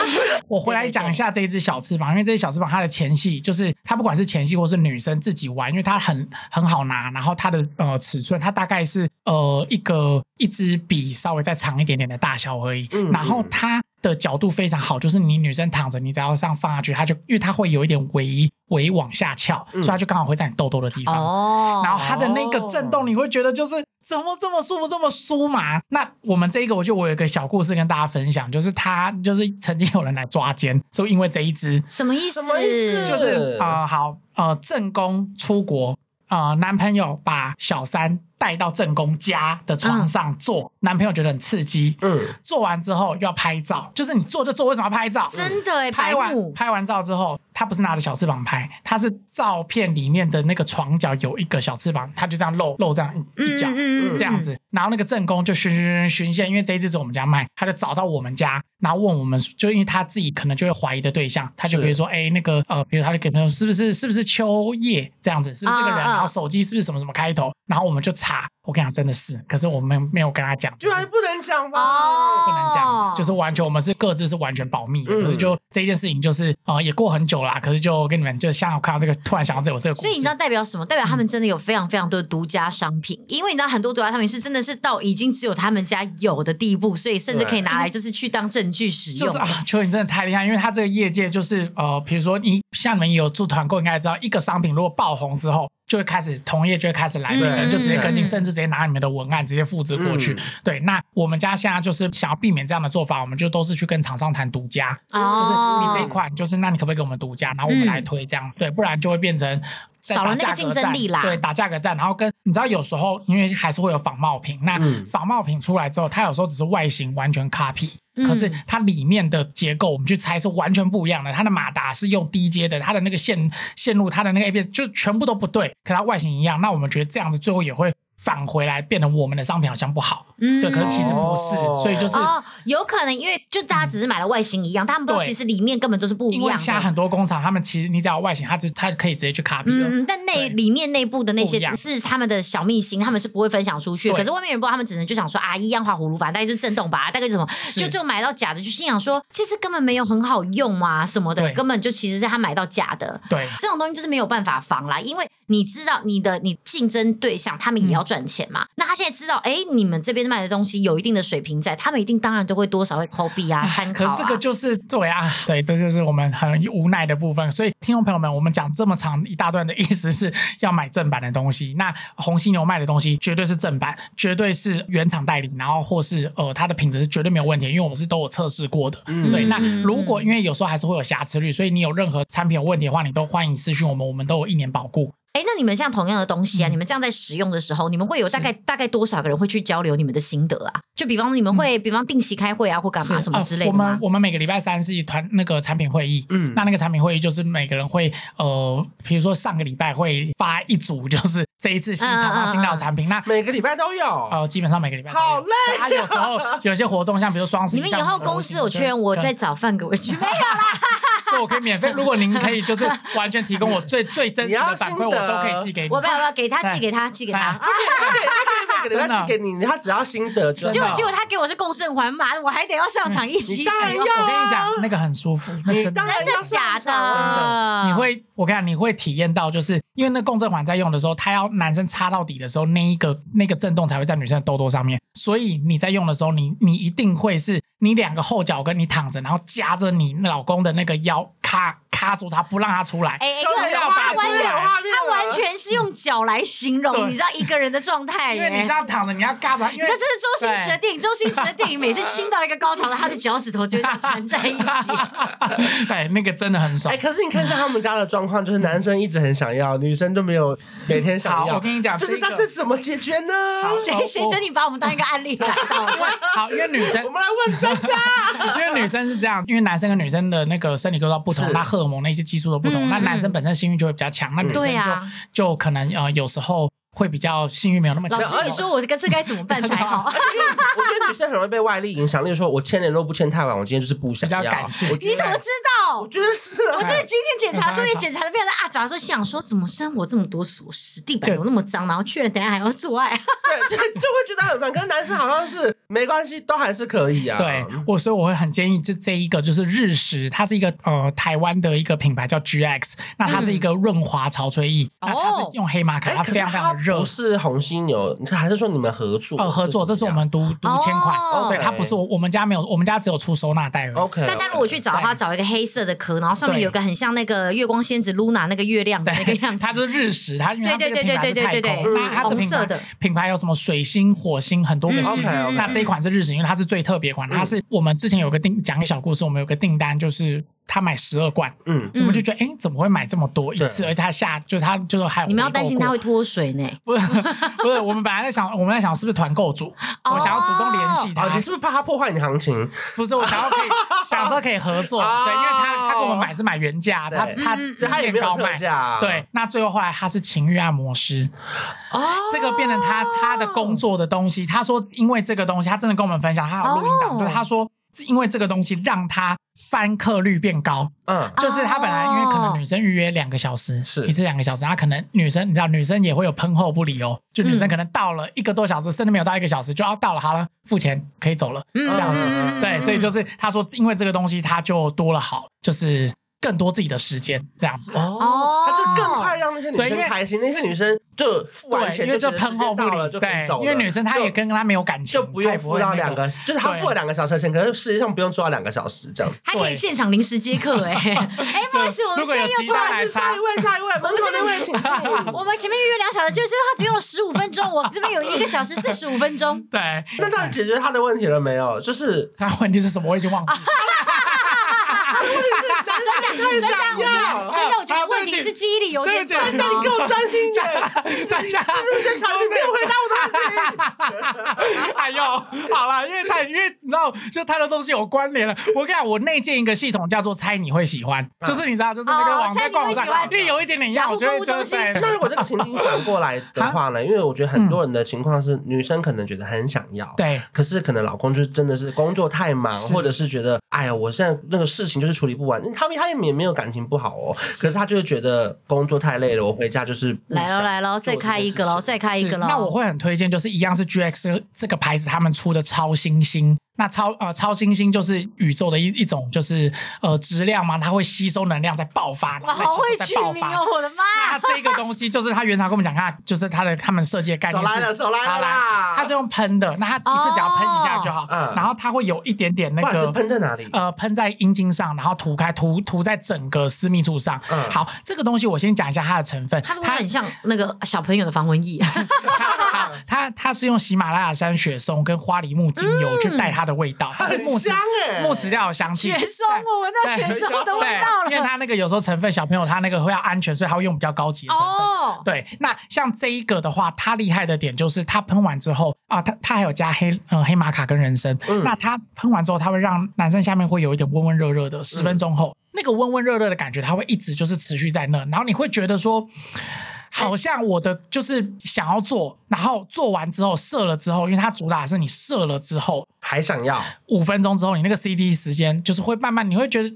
A: 吗？我回来讲一下这一只小翅膀，因为这只小翅膀它的前戏就是它不管是前戏或是女生自己玩，因为它很很好拿，然后它的呃尺寸它大概是呃一个一支笔稍微再长一点点的大小而已，
C: 嗯
A: 然后它。的角度非常好，就是你女生躺着，你只要这样放下去，它就因为它会有一点微微往下翘，所
C: 嗯
A: 以它就刚好会在你痘痘的地方。
B: 哦，
A: 哎然后它的那个震动，你会觉得就是怎么这么舒服，这么酥麻。那我们这一个，我就我有一个小故事跟大家分享，就是他就是曾经有人来抓奸，就因为这一只，
B: 什么意思？
C: 什么意思
A: 就是是啊、呃好呃正宫出国啊、呃男朋友把小三带到正宫家的床上坐，男朋友觉得很刺激，
C: 嗯，
A: 做完之后又要拍照，就是你做就做，为什么要拍照？
B: 真的哎，白
A: 拍完
B: 目
A: 拍完照之后，他不是拿着小翅膀拍，他是照片里面的那个床角有一个小翅膀，他就这样露露这样一一角。
B: 嗯
A: 这样子，然后那个正宫就巡巡巡巡线，因为这一只是我们家卖，他就找到我们家，然后问我们，就因为他自己可能就会怀疑的对象，他就是比如说，哎、那个呃，比如他就给朋友是不是是不是秋叶这样子，是不是这个人，
B: 啊啊
A: 然后手机是不是什么什么开头，然后我们就查，我跟你讲真的是，可是我们没有跟他讲，
C: 居
A: 就是
C: 然不能讲吧？
B: 哦，
A: 不能讲，就是完全我们是各自是完全保密的。
C: 嗯
A: 可是就这件事情，就是呃也过很久啦。可是就跟你们就像我看到这个，突然想到这个我这个故事，
B: 所以你知道代表什么？代表
A: 嗯
B: 他们真的有非常非常多的独家商品，因为你知道很多独家商品是真的是到已经只有他们家有的地步，所以甚至可以拿来就是去当证据使用。
A: 就是啊，秋颖真的太厉害，因为他这个业界就是呃，比如说你像你们有做团购，应该知道一个商品如果爆红之后，就会开始同业就会开始来，
B: 嗯
A: 对，人就直接跟进，
B: 嗯
A: 甚至直接拿你们的文案直接复制过去。
C: 嗯
A: 对，那我们家现在就是想要避免这样的做法，我们就都是去跟厂商谈独家，就是
B: 哦
A: 嗯你这一款，就是那你可不可以给我们独家，然后我们来推这样，对，不然就会变成再
B: 少了
A: 打
B: 那个
A: 价格
B: 竞争力
A: 战
B: 啦
A: 对，打价格战，然后跟你知道有时候因为还是会有仿冒品，那
C: 嗯
A: 仿冒品出来之后，它有时候只是外形完全 copy。
B: 嗯
A: 可是它里面的结构，我们去猜是完全不一样的。它的马达是用低阶的，它的那个线线路，它的那个 A 片就全部都不对，可它外形一样。那我们觉得这样子最后也会返回来，变得我们的商品好像不好。
B: 嗯
A: 对，可是其实不是，
C: 哦
A: 所以就是嗯
B: 哦，有可能因为就大家只是买了外形一样，但他们都
A: 对
B: 其实里面根本都是不一
A: 因为
B: 样
A: 现在
B: 的。
A: 很多工厂，他们其实你只要外形，它就它可以直接去 copy 哦了。
B: 嗯，但内
A: 对
B: 里面内部的那
A: 不一
B: 些
A: 样
B: 是他们的小秘辛，他们是不会分享出去的。
A: 对
B: 可是外面人不知道，他们只能就想说啊，一样画葫芦吧，大概就震动吧，大概就什么，
A: 是
B: 就就买到假的，就心想说其实根本没有很好用啊什么的，
A: 对
B: 根本就其实是他买到假的。
A: 对
B: 这种东西就是没有办法防啦，因为你知道你的你竞争对象他们也
A: 嗯
B: 要赚钱嘛。那他现在知道，哎、你们这边卖的东西有一定的水平在，他们一定当然都会多少会抠币啊、参考
A: 可
B: 啊。
A: 是这个就是对啊， <laughs> 对，这就是我们很无奈的部分。所以听众朋友们，我们讲这么长一大段的意思是要买正版的东西。那红犀牛卖的东西绝对是正版，绝对是原厂代理，然后或是呃它的品质是绝对没有问题，因为我们是都有测试过的。
C: 嗯
A: 对，那
B: 嗯
A: 如果因为有时候还是会有瑕疵率，所以你有任何产品有问题的话，你都欢迎私讯我们，我们都有一年保固。
B: 哎，那你们像同样的东西啊，
A: 嗯
B: 你们这样在使用的时候，你们会有大
A: 是
B: 概大概多少个人会去交流你们的心得啊？就比方说你们会、比方定期开会啊，或干
A: 嗯
B: 嘛
A: 是
B: 什么之类
A: 呃
B: 的
A: 我
B: 吗
A: 们？我们每个礼拜三是一团那个产品会议，
C: 嗯
A: 那那个产品会议就是每个人会呃，比如说上个礼拜会发一组，就是这一次新厂
B: 嗯嗯嗯
A: 商新到的产品，那
C: 每个礼拜都有。
A: 呃基本上每个礼拜都有
C: 好累
A: 对啊，有时候有些活动像比如说双十
B: 你
A: 一，
B: 们以
A: 像
B: 后
A: 很多
B: 公司有
A: 新
B: 缺人，我
A: 对
B: 再找饭给我去。没有
A: 对，我可以免
B: <laughs>
A: 费。如果您可以就是完全提供我最最真实的反馈，
C: 你要心
A: 我
C: 得
A: 都可以寄给你。
B: 我没有，我给他
A: 哎
B: 寄给他啊寄给
A: 哎
B: 他。
C: 他可以每个礼拜寄给你，他只要心得就
B: 结果
A: 哦
C: 好
B: 结果他给我是共振环嘛，我还得要上
A: 嗯
B: 场一起
C: 你当然
B: 使
A: 我
B: 用
C: 要啊
A: 跟你讲，那个很舒服，那
C: 你
A: 真的
C: 当然
B: 真的
C: 要上
B: 假
C: 场真
B: 的？
A: 你会，我跟你讲，你会体验到，就是因为那共振环在用的时候，它要男生插到底的时候，那一个那个震动才会在女生的痘痘上面。所以你在用的时候，你你一定会是你两个后脚跟你躺着，然后夹着你老公的那个腰，卡卡住他，不让他出来。
B: 哎哎，
C: 就
B: 因
C: 是
B: 为
C: 要
B: 他
C: 把
B: 完
C: 所有
B: 全
C: 画面
B: 他
C: 了
B: 完全是用脚来形容，
A: 对
B: 你知道一个人的状态
A: 因
B: 耶，
A: 为你这样躺着，你要嘎着他，因为
B: 这这是周星驰的电影，周星驰的电影每次亲到一个高潮，他的脚趾头就会这样缠在一起。
A: <laughs> 是对那个真的很爽
C: 哎、。可是你看像他们家的状况，就是男生一直很想要，女生就没有每天想
A: 好，
C: 要。
A: 我跟你讲，
C: 就是
A: 一个
C: 那这怎么解决呢？
A: 好
B: 谁谁准你把我们当一个案例
A: <laughs>
B: 来到？
A: 好，因为女
B: <laughs>
A: 生
C: 我们来问专家。
A: <laughs> 因为女生是这样，因为男生跟女生的那个生理构造不同
C: 是，
A: 那荷尔蒙那些激素都不同，
B: 嗯
A: 那男生本身性欲就会比较强，那女生
B: 对
A: 就、
B: 啊
A: 就可能呃有时候会比较性欲没有那么强
B: 老。师，你说我这个这该怎么办才
A: <laughs>
B: 好？
C: <laughs>
A: 啊
C: 我觉得女生很容易被外力影响，例如说我签联络簿签太晚，我今天就是不想要。
A: 比较感性
C: 我觉
B: <laughs>
C: 得
B: 你怎么知道
C: 我？觉得是
B: 我
A: <laughs>
C: 啊，
A: 哎
B: 真的今天检查作业检查的非常的阿杂，说想说怎么生活这么多琐事，地板有那么脏，然后去了等一下还要做爱，
C: 对，对就会觉得很烦。跟男生好像是没关系，都还是可以啊。
A: 对我，所以我会很建议这这一个就是日食，它是一个呃台湾的一个品牌叫 GX，那它是一个润滑潮吹液，
B: 哦
A: 那它是用黑玛卡，
C: 哎，
A: 它
C: 可
A: 非
C: 是
A: 常非常的
C: 它
A: 热
C: 不。是红犀牛，还是说你们合作？
A: 呃，合作，这是我们独独签款，
B: 哦
A: 对，它不是我我们家没有，我们家只有出收纳袋而已。
C: OK。
B: <laughs> 大家如果去找的话，找一个黑色的壳，然后上面
A: 啊对
B: 有一个很像那个月光仙子 Luna 那个月亮的那个
A: <laughs>
B: 样子，
A: 它就是日食，它因为它这个品
B: 对对
A: 牌是
B: 对对对
A: 太空，
B: 对
C: 对
A: 那它这
B: 红
A: 品
B: 色
A: 牌
B: 的
A: 品牌有什么水星、火星很
B: 嗯
C: 嗯
A: 多个系。
C: OK，OK
A: 那这一款是日食，因为它是最特别款，
C: 嗯
A: 它是我们之前有个订讲一个小故事，我们有个订单就是。他买十二罐，
C: 嗯，
A: 我们就觉得，哎、怎么会买这么多一次？
C: 对
A: 而且他下就是他就是还有
B: 你们要
A: 回购
B: 担心
A: 过
B: 它会脱水呢。
A: <laughs> 不是不是？我们本来在想，我们在想是不是团购组，
B: 哦
A: 我想要主动联系他
C: 哦，，你是不是怕它破坏你行情？
A: <laughs> 不是我想要可以
C: <laughs>
A: 想说可以合作，
C: 哦
A: 对，因为他他跟我们买是买原价，他
C: 对
A: 他
B: 嗯嗯
A: 直
C: 它也
A: 接
C: 没有
A: 高
C: 特
A: 卖，
C: 价。
A: 对，，那最后后来他是情欲按摩师，
C: 哦，
A: 这个变成他他的工作的东西。他说，因为这个东西，他真的跟我们分享，他有录音档，
B: 哦
A: 就是他说，是因为这个东西让他翻客率变高。
B: 哦
C: 嗯，
A: 就是他本来因为可能女生预约两个小时，
C: 是
A: 一次两个小时，他可能女生你知道，女生也会有喷后不理哦，就女生可能到了一个多小时，甚至没有到一个小时就要啊到了，好了，付钱可以走了。
B: 嗯
C: 这样子
A: 对，所以就是他说，因为这个东西他就多了好，就是更多自己的时间这样子。
C: 哦
B: 哦，
C: 他就更快让那些女
A: 对因
C: 生
A: 为
C: 开心，那些女生就付完
A: 对，
C: 钱
A: 因为
C: 就
A: 就
C: 觉得
A: 喷后不
C: 时间到了
A: 理，
C: 就可以
A: 对
C: 走，了
A: 因为女生她也跟他没有感情，
C: 就不用付到
A: 她
C: 两
A: 也不会那
C: 个，就是他付了两个小时的钱，可是实际上不用做到两个小时这样。
B: 还可以
A: 对
B: 现场临时接客哎、 <laughs> 哎，不好意思，我
A: 如
B: 们现
A: 果
B: 在
A: 有
B: 又
A: 急
B: 多
A: 大
C: 不
A: 家
C: 好
A: 奶
C: 意思，
A: 茶
C: 啊下一位，下一位，门口那位，
A: <laughs>
C: 请进。
B: 我们前面预约两小时，就是他只用了十五分钟，我这边有一个小时四十五分钟。
A: 个对。
C: 那到底解决他的问题了没有？就是 <laughs>
A: 他问题是什么？我已经忘记了。
C: 男
B: 专家，专家，我觉得专家，我觉得问题是记忆力有点
A: 对不
B: 短
A: 起
C: 那你给
B: 哦。
C: 我专心一点，
A: 专家，
C: 你在场，你没有回答我的问题。
A: <laughs> 哎呦，好啦，因为太，因为你知道，就太多东西有关联了。我跟你讲，我内建一个系统叫做“猜你会喜欢”，就是你知道，就是那个
B: 哦
A: 网
B: 猜
A: 在
B: 你
A: 逛
B: 会
A: 网站
B: 喜欢，
A: 因为有一点点一样，
B: 雅虎
A: 我觉得
B: 购物中
A: 就是
B: 心
A: 对
C: 那如果这个情景反过来的话呢？因为我觉得很多人的情况是，女生可能觉得很想要，
A: 嗯对
C: 可是可能老公就真的是工作太忙，
A: 是
C: 或者是觉得哎呀，我现在那个事情就是处理不完。他们他也没有感情不好哦，可是他就是觉得工作太累了，我回家就是不
B: 来
C: 想
B: 了来了，
C: 做
B: 再
C: 这
B: 开
C: 件
B: 一个
C: 事
B: 喽，
C: 情
B: 再开一
A: 是
B: 个喽。
A: 那我会很推荐，就是一样是 GX 这个牌子他们出的超新星。那超呃超新星就是宇宙的一一种就是呃质量嘛，它会吸收能量再爆发，然
B: 哇，
A: 后再
B: 好会
A: 吸
B: 取
A: 收再爆
B: 名
A: 发。
B: 哦，我的妈！
A: 那它这个东西就是它原厂跟我们讲，它就是它的他们设计的概念
C: 手
A: 是
C: 来了手来了啦，
A: 它是用喷的，那它一次只要喷一下就好，
C: 嗯
A: 然后它会有一点点那
C: 不然
A: 个
C: 是喷在哪里？
A: 呃，喷在阴茎上，然后涂开涂涂在整个私密处上。
C: 嗯
A: 好，这个东西我先讲一下它的成分，
B: 它的味道很像那个小朋友的防蚊液，
A: 它它它它是用喜马拉雅山雪松跟花梨木精油去带它的味道，它是木
C: 很
A: 质
C: 香哎，
A: 木质料的香气
B: 嗯雪。松，我闻到
A: 对
B: 雪松的味
A: 对
B: 道，
A: 因为
B: 了。
A: 它那个有时候成分小朋友他那个会要安全，所以他会用比较高级的成分。
B: 哦，
A: 对，那像这一个的话，它厉害的点就是它喷完之后啊，它它还有加黑呃黑玛卡跟人参。
C: 嗯
A: 那它喷完之后，它会让男生下面会有一点温温热热的，十分钟后、那个温温热热的感觉，它会一直就是持续在那，然后你会觉得说。好像我的就是想要做，然后做完之后射了之后，因为它主打是你射了之后
C: 还想要，
A: 五分钟之后，你那个 CD 时间就是会慢慢，你会觉得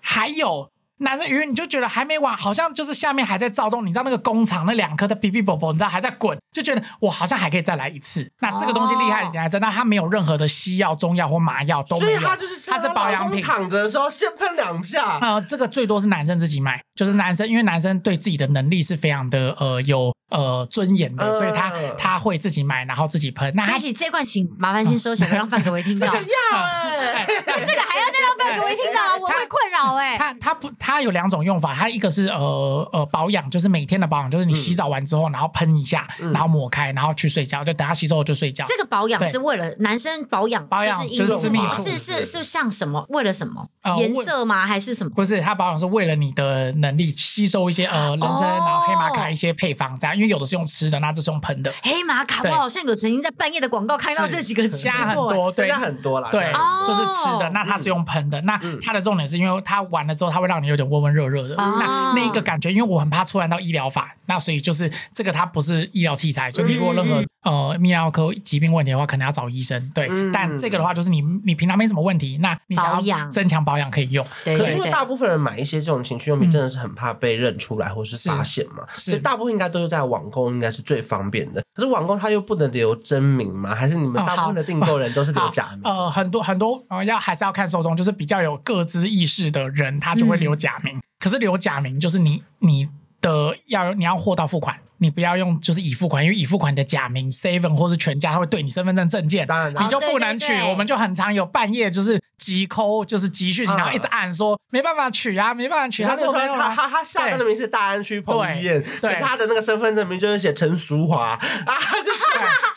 A: 还有男生鱼，你就觉得还没完，好像就是下面还在躁动。你知道那个工厂那两颗的哔哔啵啵，你知道还在滚，就觉得我好像还可以再来一次。那这个东西厉害的点还在，那它没有任何的西药、中药或麻药都
C: 哦所
A: 没
C: 以
A: 有，
C: 他就是趁
A: 它是
C: 她
A: 保
C: 老
A: 养
C: 公
A: 品。
C: 躺着的时候先喷两下，
A: 呃，这个最多是男生自己买，就是男生，因为男生对自己的能力是非常的呃有呃尊严的，
C: 嗯
A: 所以他他会自己买，然后自己喷。那他
B: 对不起，这罐请麻烦先收起来，不让范可为听到。这
C: 要哎，
B: 个还要再让范可为听到，我会困扰哎。
A: 它它不，它有两种用法，它一个是呃呃保养，就是每天的保养，就是你洗澡完之后，然后喷一下，
C: 嗯
A: 然后抹开，然后去睡觉，就等它吸收了就睡觉。
B: 这个保养是为了男生保养，
A: 保养就
B: 就是
A: 是
C: 私密处
B: 是是是像什么？为了什么
A: 呃？
B: 颜色吗？还是什么？
A: 不是，它保养是为了你的能力吸收一些呃人参，
B: 哦
A: 然后黑玛卡一些配方这样，因为有的是用吃的，那这是用喷的，
B: 黑玛卡，
A: 对
B: 我好像有曾经在半夜的广告看到
A: 是
B: 这几个字
A: 加很
B: 过哎
A: 多对
C: 现在很多啦，
A: 对
C: 现在很多
B: 哦，
A: 就是吃的。那它是用喷的，那它的重点是因为它完了之后，它会让你有点温温热热的。
B: 哦
A: 那那一个感觉，因为我很怕触犯到医疗法，那所以就是这个它不是医疗器材，就你如果任何
B: 嗯
A: 呃泌尿科疾病问题的话，可能要找医生。对
C: 嗯，
A: 但这个的话就是你你平常没什么问题，那你
B: 保
A: 想要
B: 养
A: 增强保养可以用。
B: 对
C: 可是
B: 对
C: 因为
B: 对
C: 大。部分人买一些这种情趣用品，真的是很怕被认出来或是发现嘛，
A: 嗯是
C: 所以大部分应该都是在网购，应该是最方便的。可是网购它又不能留真名嘛，还是你们
A: 哦
C: 大部分的订购人都是留假名？
A: 呃，很多很多呃，要还是要看受众，就是比较有各自意识的人，他就会留假
B: 嗯
A: 名。可是留假名就是你你的要你要货到付款，你不要用就是已付款，因为已付款的假名 Seven 或是全家，他会对你身份证证件。
C: 当然啦
A: 你就
B: 哦对
A: 不能取，
B: 对对
A: 我们就很常有半夜就是急扣，就是急讯息，
C: 嗯
A: 然后一直按说没办法取啊，没办法取，
C: 他
A: 他
C: 说
A: 说没有
C: 他
A: 啊，
C: 他他下单的名是大安区彭于晏，
A: 对
C: 可
A: 对
C: 是他的那个身份证明就是写陈淑华啊，就是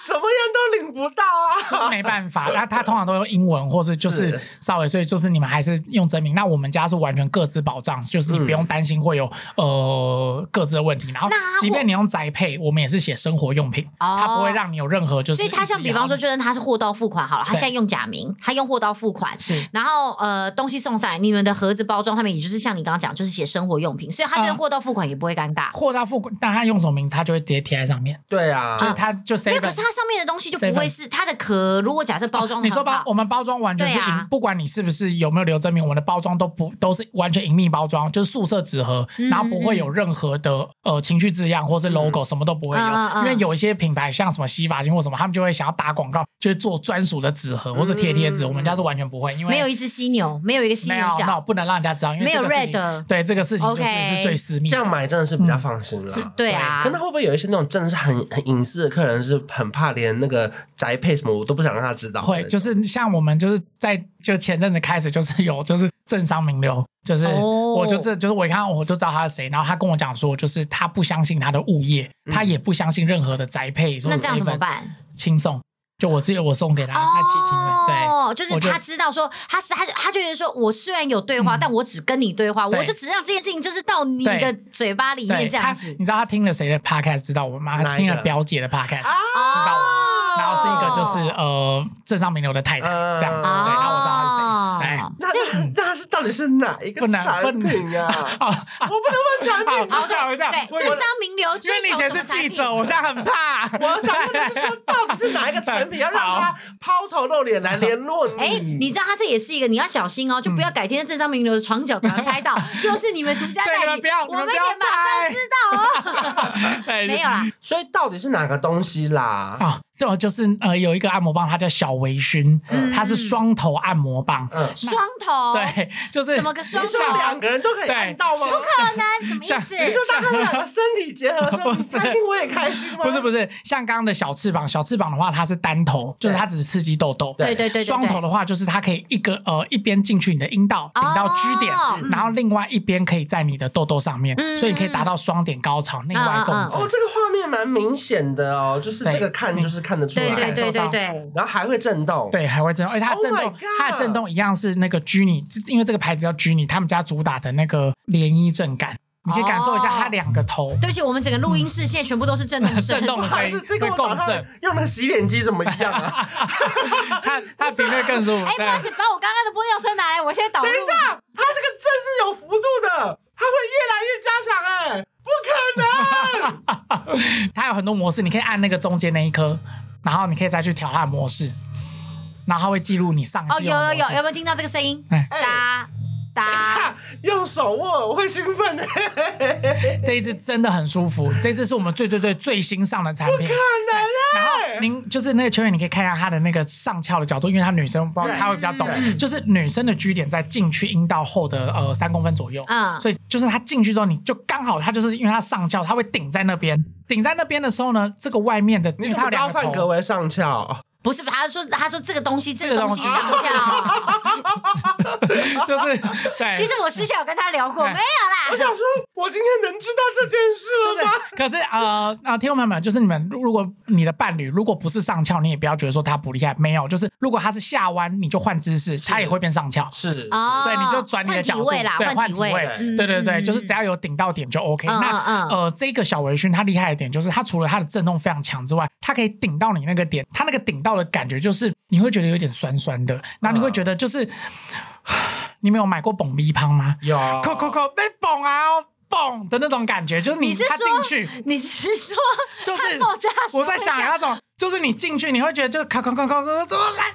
A: <laughs>
C: 什么人都领不到啊。
A: 就是没办法，那他通常都用英文或者就是
C: 是
A: 稍微，所以就是你们还是用真名。那我们家是完全各自保障，就是你不用担心会有、呃各自的问题。然后
B: 那，
A: 即便你用宅配，我们也是写生活用品，
B: 哦
A: 它不会让你有任何就是。
B: 所以他像比方说，就算他是货到付款好了，他
A: 对
B: 现在用假名，他用货到付款，
A: 是
B: 然后呃东西送上来，你们的盒子包装上面也就是像你刚刚讲，就是写生活用品，所以他觉得
A: 嗯
B: 货到付款也不会尴尬，
A: 货到付款，但他用什么名，他就会直接贴在上面，
C: 对啊，
A: 就是他就
B: 因
A: save
B: 为。可是它上面的东西就不会
A: Seven
B: 是它的壳，如果假设包装
A: 啊你
B: 的
A: 说
B: 很
A: 包
B: 好，
A: 我们包装完全是
B: 对啊
A: 银，不管你是不是有没有留证明，我们的包装都不都是完全银密包装，就是素色纸盒，
B: 嗯
A: 然后不会有任何的呃情绪字样或是 logo，什么都不会有
B: 嗯嗯。嗯
A: 因为有一些品牌像什么洗发精或什么，他们就会想要打广告，就是做专属的纸盒或是贴贴纸。
C: 嗯
A: 我们家是完全不会，因为
B: 没有一只犀牛，没有一个犀
A: 没
B: 牛
A: 有，那我
B: 角，
A: 不能让人家知道，因为
B: 啊没有
A: 这个事情
B: red
A: 对这个事情就是
B: OK
A: 是最私密
C: 这
A: 的。
C: 样买真的是比较放心
A: 是
C: 了。
B: 对啊
C: 可，那会不会有一些那种真的是很很隐私的客人，是很怕连那个宅配什么我都不想让他知道的那种？
A: 会就是像我们就是在就前阵子开始就是有就是政商名流，就是
B: 哦
A: 我就这就是我一看我就知道他是谁，然后他跟我讲说就是他不相信他的物业，他也不相信任何的宅配，说
B: 那这样怎么
A: seven
B: 办？
A: 轻松。就我自己我送给他啊那七情人，对，
B: 哦，就是
A: 我就
B: 他知道说，他是他他就觉得说，我虽然有对
A: 嗯
B: 话，但我只跟你对话，
A: 对
B: 我就只让这件事情就是到你
A: 对
B: 的嘴巴里
A: 对
B: 面这
A: 他
B: 样子，
A: 你知道他听了谁的 podcast 知道我吗？
C: 哪
A: 他
C: 一
A: 听
C: 个
A: 了表姐的 podcast，、
B: 知
A: 道
B: 哦
A: 然后是一个就是呃郑尚名流的太太
C: 嗯
A: 这样子，对，
B: 哦
A: 然后我知道他是谁，哎。
C: 那那那是到底是哪一个
A: 不能
C: 产
A: 不能
C: 品啊？
A: 哦，
C: 我不能问产品，
A: 好，我想一下，
B: 对，
A: 我
B: 政商名流
A: 因
B: 追
A: 为你以
B: 求
A: 前
B: 什
A: 是
B: 么产
A: 记
B: 品？
A: 者，我现在很
B: <laughs>
A: 怕。
C: <laughs> 我想问的是
A: <laughs>
C: 说，到底是哪一个产品要让他抛头露脸来联络你？
B: <laughs> 哎，你知道他这也是一个，你要小心哦，就不要改天政商名流的床脚突
A: <laughs>
B: 然拍到，又是你们独家
A: 嗯对你
B: 代
A: 们不
B: 理
A: 要，
B: 我
A: 你们
B: 们
A: 不要
B: 也马
A: 拍
B: 上知道
A: <laughs>
B: 哦。
A: 对
B: 没
A: <laughs>
B: 有啦，
C: 所以到底是哪个东西啦？
A: 啊，对，就是呃，有一个按摩棒，它叫小微醺，
B: 嗯
A: 它是双头按摩棒，
C: 嗯，
B: 双头，
A: 对，就是
B: 怎么个
A: <laughs>
B: 双
C: 你
B: 头
C: 说？两个人都可以按到吗？
B: 不可能，什么意思？
C: 你说当他们两个身体结合的
A: <laughs>
C: 时候，你开心我也开心吗？
A: 不是不是，像刚刚的小翅膀，小翅膀的话，它是单头，就是它只刺激痘痘。
B: 对对对对，对
A: 双头的话，就是它可以一个呃一边进去你的阴道，顶到 G 点，
B: 哦嗯
A: 然后另外一边可以在你的痘痘上面，
B: 嗯
A: 所以你可以达到双点高潮，内外共振。
C: 哦，这个画面蛮明显的哦，就是这个看就是看得出来，
B: 对对对
A: 感受
B: 对
A: 到
B: 对。
C: 然后还会震动，，
A: 对，还会震动，哎而且它
C: Oh
A: 震
C: my
A: 动
C: God，
A: 它的震动一样是那个 Gini，因为这个牌子叫 Gini，他们家主打的那个涟漪震感，你可以感受一下
B: 哦
A: 它两个头 <laughs>
B: 对不起，我们整个录音室现在全部都是震动声
A: 震。动的声
C: 还
A: 音
C: 是这个
A: 会
C: 我
A: 共
C: 早上
A: 振，
C: 用那个洗脸机怎么一
A: <laughs>
C: 样啊？
A: 它它比那更舒服
B: 哎，。不
A: 对啊
B: 好意思，把我刚刚的玻尿酸拿来，我现在导入。
C: 等一下，它这个震是有幅度的，它会越来越加强，哎，不可能。
A: <laughs> 它有很多模式，你可以按那个中间那一颗，然后你可以再去调它的模式，然后它会记录你上一
B: 哦，
A: 次
B: 有
A: 用的
B: 有
A: 模式
B: 有，有没有听到这个声音？
A: 哎
B: 哒哒，
C: 用手握，我会兴奋的。不
A: 这一支真的很舒服，这一支是我们最最最最新上的产品。哎
C: 可哎
A: 然后您就是那个球员，你可以看一下她的那个上翘的角度，因为她女生包括她会比较懂，
C: 嗯
A: 就是女生的居点在进去阴道后的呃三公分左右，
B: 嗯
A: 所以就是她进去之后，你就刚好她就是因为她上翘，她会顶在那边，顶在那边的时候呢，这个外面的因
C: 你
A: 为
C: 怎
A: 她有
C: 么知道
A: 两个
C: 范格
A: 头，
C: 为上翘？
B: 不是，他说他说这个东西，这
A: 这个
B: 个东
A: 东
B: 西
A: 西
B: 上翘。
A: <laughs> 就是对，
B: 其实我私下有跟他聊过，
A: 对
B: 没有啦。
C: 我想说，我今天能知道这件事
A: 就是
C: 了吗？，
A: 可是呃啊，听众朋友们，就是你们如如果你的伴侣如果不是上翘，你也不要觉得说他不厉害，没有，就是如果他是下弯，你就换姿势，他也会变上翘。
C: 是
B: 哦，
A: 对你就转你的
B: 换体
A: 角度
B: 位啦，
A: 对换
B: 体
A: 体位
B: 嗯
A: 对对对，
B: 嗯
A: 就是只要有顶到点就 OK。
B: 嗯
A: 那
B: 嗯嗯
A: 呃，这个小微醺它厉害的点就是，它除了它的震动非常强之外，它可以顶到你那个点，它那个顶到的感觉就是你会觉得有点酸酸的，然后
B: 嗯
A: 你会觉得就是， <sighs> 你们有买过蹦逼汤吗？
C: 有
A: 扣扣扣，被蹦啊哦蹦的那种感觉，就是
B: 你是
A: 它
B: 说
A: 进去
B: 你是说
A: 就是
B: 汉堡炸薯
A: 我在想
B: 会
A: 那种，就是你进去你会觉得就是咔咔咔咔咔怎么来，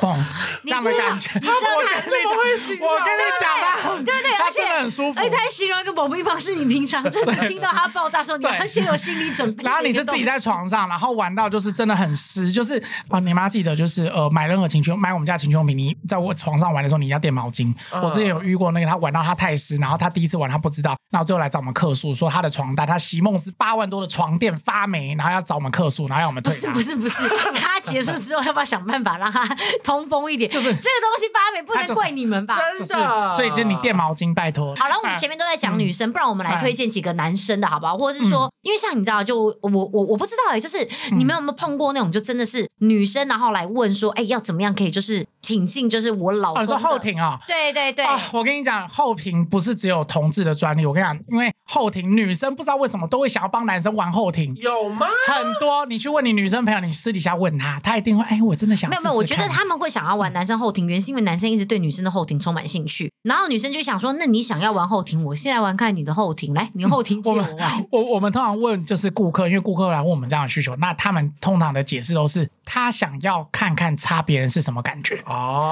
A: 嘣，这样的感觉。
B: 知道
A: 我
B: 他
A: 跟你
C: 怎么会
A: 讲
C: 形，容
A: 我跟你 <laughs> 讲
B: 对
A: 他很，
B: 对对，
A: 他
B: 而且
A: 真的很舒服
B: 而。且他还形容一个某一方是你平常真的听到他爆炸的时候，你
A: 对
B: 要先有心理准
A: <laughs>
B: 备。
A: 然后你是自己在床上，然后玩到就是真的很湿， <laughs> 就是啊，你妈记得就是呃，买任何情趣买我们家情趣用品，你在我床上玩的时候，你一定要垫毛巾。
C: 嗯
A: 我之前有遇过那个，他玩到他太湿，然后他第一次玩他不知道，然后最后来找我们客诉，说他的床单，他席梦思八万多的床垫发霉，然后要找我们客诉，然后要我们
B: 不
A: 退
B: 是
A: 他
B: 不。是不是，他结束之后要不要想办法让他通风一点？就是这个东西八美不
A: 他就是
B: 能怪你们吧？
A: 就
C: 真
A: 是，
C: 的，
A: 所以就是你垫毛巾，拜托。啊
B: 好了，我们前面都在讲女
A: 嗯
B: 生，不然我们
A: 哎
B: 来推荐几个男生的好不好？或者是说，因为像你知道，就我我我我不知道哎、就是你
A: 嗯
B: 们有没有碰过那种，就真的是女生然后来问说，哎、要怎么样可以就是挺进，就是我老
A: 哦，
B: 公
A: 你说
B: 的、
A: 后庭啊、
B: 对对对，
A: 啊，我跟你讲，后庭不是只有同志的专利。我跟你讲，因为后庭女生不知道为什么都会想要帮男生玩后庭，
C: 有吗？
A: 很多。你去问你女生朋友，你私底下问她，她一定会，哎，我真的想
B: 没有没有，我觉得他们会想要
A: 嗯
B: 玩男生后庭，原因是因为男生一直对女生的后庭充满兴趣，然后女生就想说，那你想要玩后庭，我现在玩看你的后庭，来，你后庭
A: <laughs>
B: 借
A: 我
B: 我
A: 们
B: 玩。
A: 我我们通常问就是顾客，因为顾客来问我们这样的需求，那他们通常的解释都是他想要看看擦别人是什么感觉。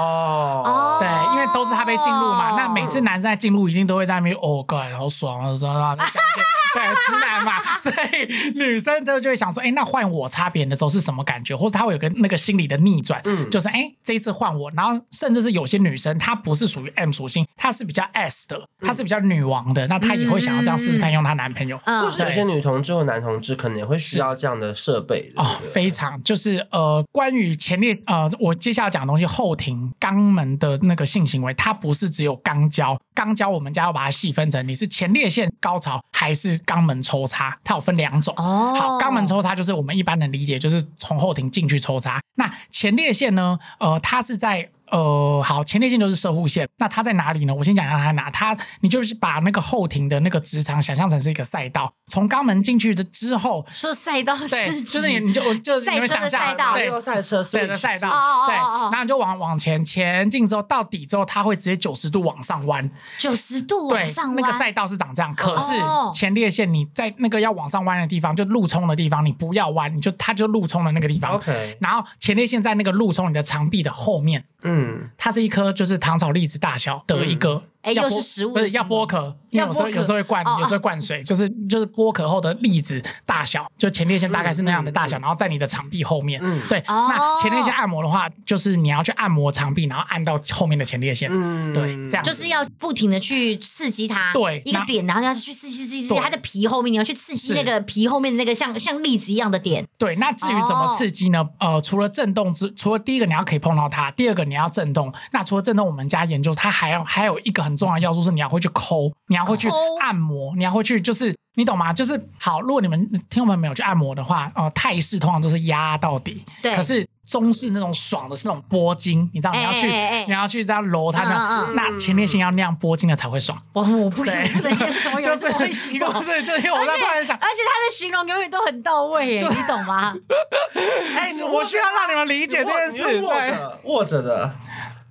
C: 哦
A: 对，因为都是他被进入嘛，那每次男生在进入一定都会在那边哦，个人好爽啊，说啊，讲一些对直男嘛，所以女生都就会想说，哎，那换我擦别人的时候是什么感觉，或者她会有个那个心理的逆转，
C: 嗯
A: 就是哎，这一次换我，然后甚至是有些女生她不是属于 M 属性，她是比较 S 的，她是比较女王的，那她也会想要这样试试看用她男朋友。
B: 嗯
C: 或是有些女同志或男同志可能也会需要这样的设备对不
A: 哦，
C: 对
A: 非常就是呃，关于前列呃，我接下来讲的东西，后庭肛门的那个性行为，它不是只有肛交，肛交我们家要把它细分成你是前列腺高潮还是肛门抽插，它有分两种。
B: 哦，
A: 好，肛门抽插就是我们一般能理解，就是从后庭进去抽插。那前列腺呢？呃，它是在呃，好，前列腺就是射护腺。那它在哪里呢？我先讲一下它在哪。它你就是把那个后庭的那个直肠想象成是一个赛道，从肛门进去的之后，
B: 说赛道
A: <laughs> 对，
B: 是
A: 就是你你就就是你
B: 赛
A: 会
B: 车
A: 想
B: 的
A: 象
B: 赛道
A: 对
C: 对，赛车，
A: 对的赛道，
B: 哦哦
A: 对，
B: 哦哦
A: 然后你就往往前前进之后到底之后，它会直接九十度往上弯，
B: 九十度
A: 对
B: 往上，弯，
A: 那个赛道是长这样。可是
B: 哦
A: 前列腺你在那个要往上弯的地方，就路冲的地方，你不要弯，你就它就路冲的那个地方。
C: OK，
A: 然后前列腺在那个路冲你的肠壁的后面，
C: 嗯，
A: 它是一颗就是糖炒栗子大小的一个，
B: 哎
A: 要
B: 又
A: 剥
B: 是食物
A: 不
B: 的
A: 是
B: 形
A: 要剥
B: 状
A: 壳，因为有时候
B: 要剥壳
A: 有时候会灌，
B: 哦哦
A: 有时候会灌水，就是就是剥壳后的栗子大小，就前列腺大概是那样的大小，然后在你的肠壁后面，
C: 嗯
A: 对，
B: 哦
A: 那前列腺按摩的话，就是你要去按摩肠壁，然后按到后面的前列腺，
C: 嗯
A: 对这样
B: 就是要不停的去刺激它，
A: 对
B: 一个
A: 那
B: 点，然后要去刺激刺激刺激
A: 对
B: 它的皮后面，你要去刺激
A: 是
B: 那个皮后面的那个像像栗子一样的点，
A: 对，那至于怎么刺激呢？
B: 哦
A: 呃，除了震动之，除了第一个你要可以碰到它，第二个你要震动。那除了震动，我们家研究它还有还有一个很重要的要素是你要会去抠，你要会去
B: 抠
A: 按摩，你要会去就是你懂吗？就是好，如果你们听众朋友没有去按摩的话，呃，泰式通常都是压到底，
B: 对
A: 可是中式那种爽的是那种拨筋，你知道你要去
B: 哎哎哎哎
A: 你要去这样揉它，这
B: 嗯
A: 样
B: 嗯
C: 嗯
A: 那前列腺要那样拨筋的才会爽。
B: 我我不行
A: 对，
B: 不能接受，怎么有
A: 就
B: 人
A: 是
B: 这么会形
A: <laughs>
B: 容？
A: 不
B: <laughs>
A: 是，就是我在突然想，
B: 哦而且 <laughs> 他的形容永远都很到位耶，你
A: <laughs>
B: 懂吗？
C: 哎，你
A: 我需要让你们理解这件
C: 你
A: 事，
C: 握
A: 对，
C: 着握着的，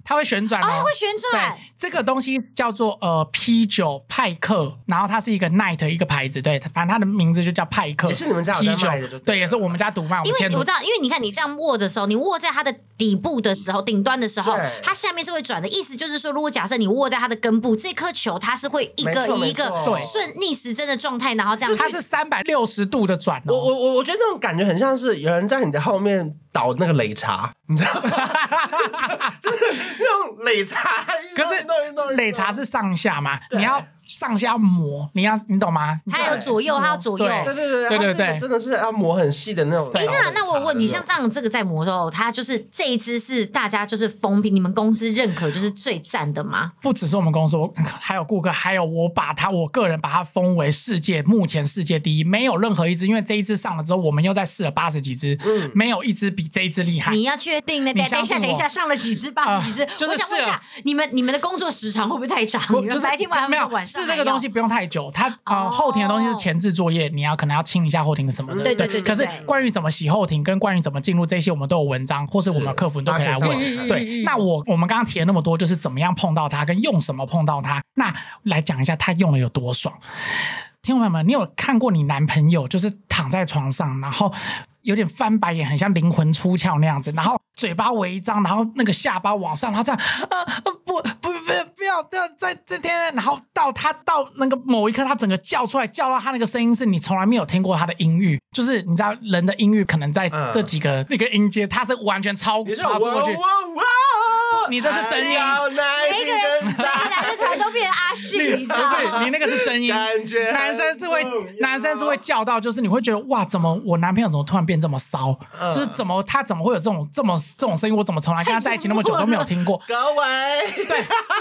A: 它会旋转
B: 哦，
A: 哦，
B: 它会旋转
A: 对，，这个东西叫做呃 P 九派克，然后它是一个 Night 一个牌子，对，反正它的名字就叫派克。
C: 也是你们家
A: P
C: 有在卖的就
A: 九，
C: 对
A: 对，也是我们家独卖，我
B: 因
A: 们
B: 为
A: 现
B: 我
A: 在
B: 知道，因为你看你这样握的时候，你握在它的底部的时候，顶端的时候
C: 对，
B: 它下面是会转的。意思就是说，如果假设你握在它的根部，这颗球它是会一
C: 没
B: 个
C: 错
B: 一个
C: 没错
A: 对
B: 顺逆时针的状态，然后这样去
A: 它是三百六十度的转
C: 我
A: 哦。
C: 我我我觉得那种感觉很像是有人在你的后面倒那个擂茶，你知道吗？那种擂茶，
A: 可是擂茶是上下嘛，
C: 对
A: 你要上下磨，你要你懂吗？
B: 它有左右，它有左右。
A: 对
C: 对
A: 对对
C: 对对它是一个
A: 对
C: 真的是要磨很细的那种。
B: 哎，那
C: 擂茶
B: 那我问你，
C: 的
B: 像这样这个在魔咒，它就是这一支是大家就是风评，你们公司认可就是最赞的吗？
A: 不只是我们公司，我还有顾客，还有我把它，我个人把它封为世界目前世界第一，没有任何一支，因为这一支上了之后，我们又再试了八十几支，
C: 嗯
A: 没有一支比这一支厉害。
B: 你要确定呢？
A: 你
B: 等等一下，
A: 相信我
B: 等一下，上了几支，八十几支
A: 啊？就是
B: 我想问一
A: 是
B: 下
A: 啊，
B: 你们你们的工作时长会不会太长？
A: 不
B: 你
A: 就
B: 们
A: 是
B: 白天晚
A: 没
B: 上
A: 有
B: 晚上
A: 是
B: 还
A: 这个
B: 要
A: 东西不用太久，它
B: 哦
A: 呃后庭的东西是前置作业，你要可能要清一下后庭什么的。
B: 对对对对
A: 可是
B: 对
A: 关于怎么洗后庭跟关于怎么进入这些，我们都有文章，或是我们有客服你都可以来
C: 大家可以
A: 问
C: 上。网看
A: 对，那我我们刚刚提了那么多，就是怎么样碰到它，跟用什么碰到它。那来讲一下它用的有多爽。听众朋友们，你有看过你男朋友就是躺在床上，然后有点翻白眼，很像灵魂出窍那样子，然后嘴巴微张，然后那个下巴往上，然后这样，啊、呃，不不不不要不要再这天，然后到他到那个某一刻，他整个叫出来，叫到他那个声音是你从来没有听过他的音域，就是你知道人的音域可能在
C: 嗯
A: 这几个、那个音阶，他是完全超
C: 你是
A: 超出过去
C: 哇。哇哇
A: 你这是真音
C: 还要耐心等
B: 他
C: 待
B: 两个突然都变成阿信，你知
A: 不
B: 道吗？
A: 是你那个是真音，
C: 感觉很
A: <laughs> 男生是会
C: 重要
A: 男生是会叫到，就是你会觉得哇，怎么我男朋友怎么突然变这么骚？
C: 嗯
A: 就是怎么他怎么会有这种这么这种声音？我怎么从来跟他在一起那么久都没有听过？
C: 各位，
A: 啊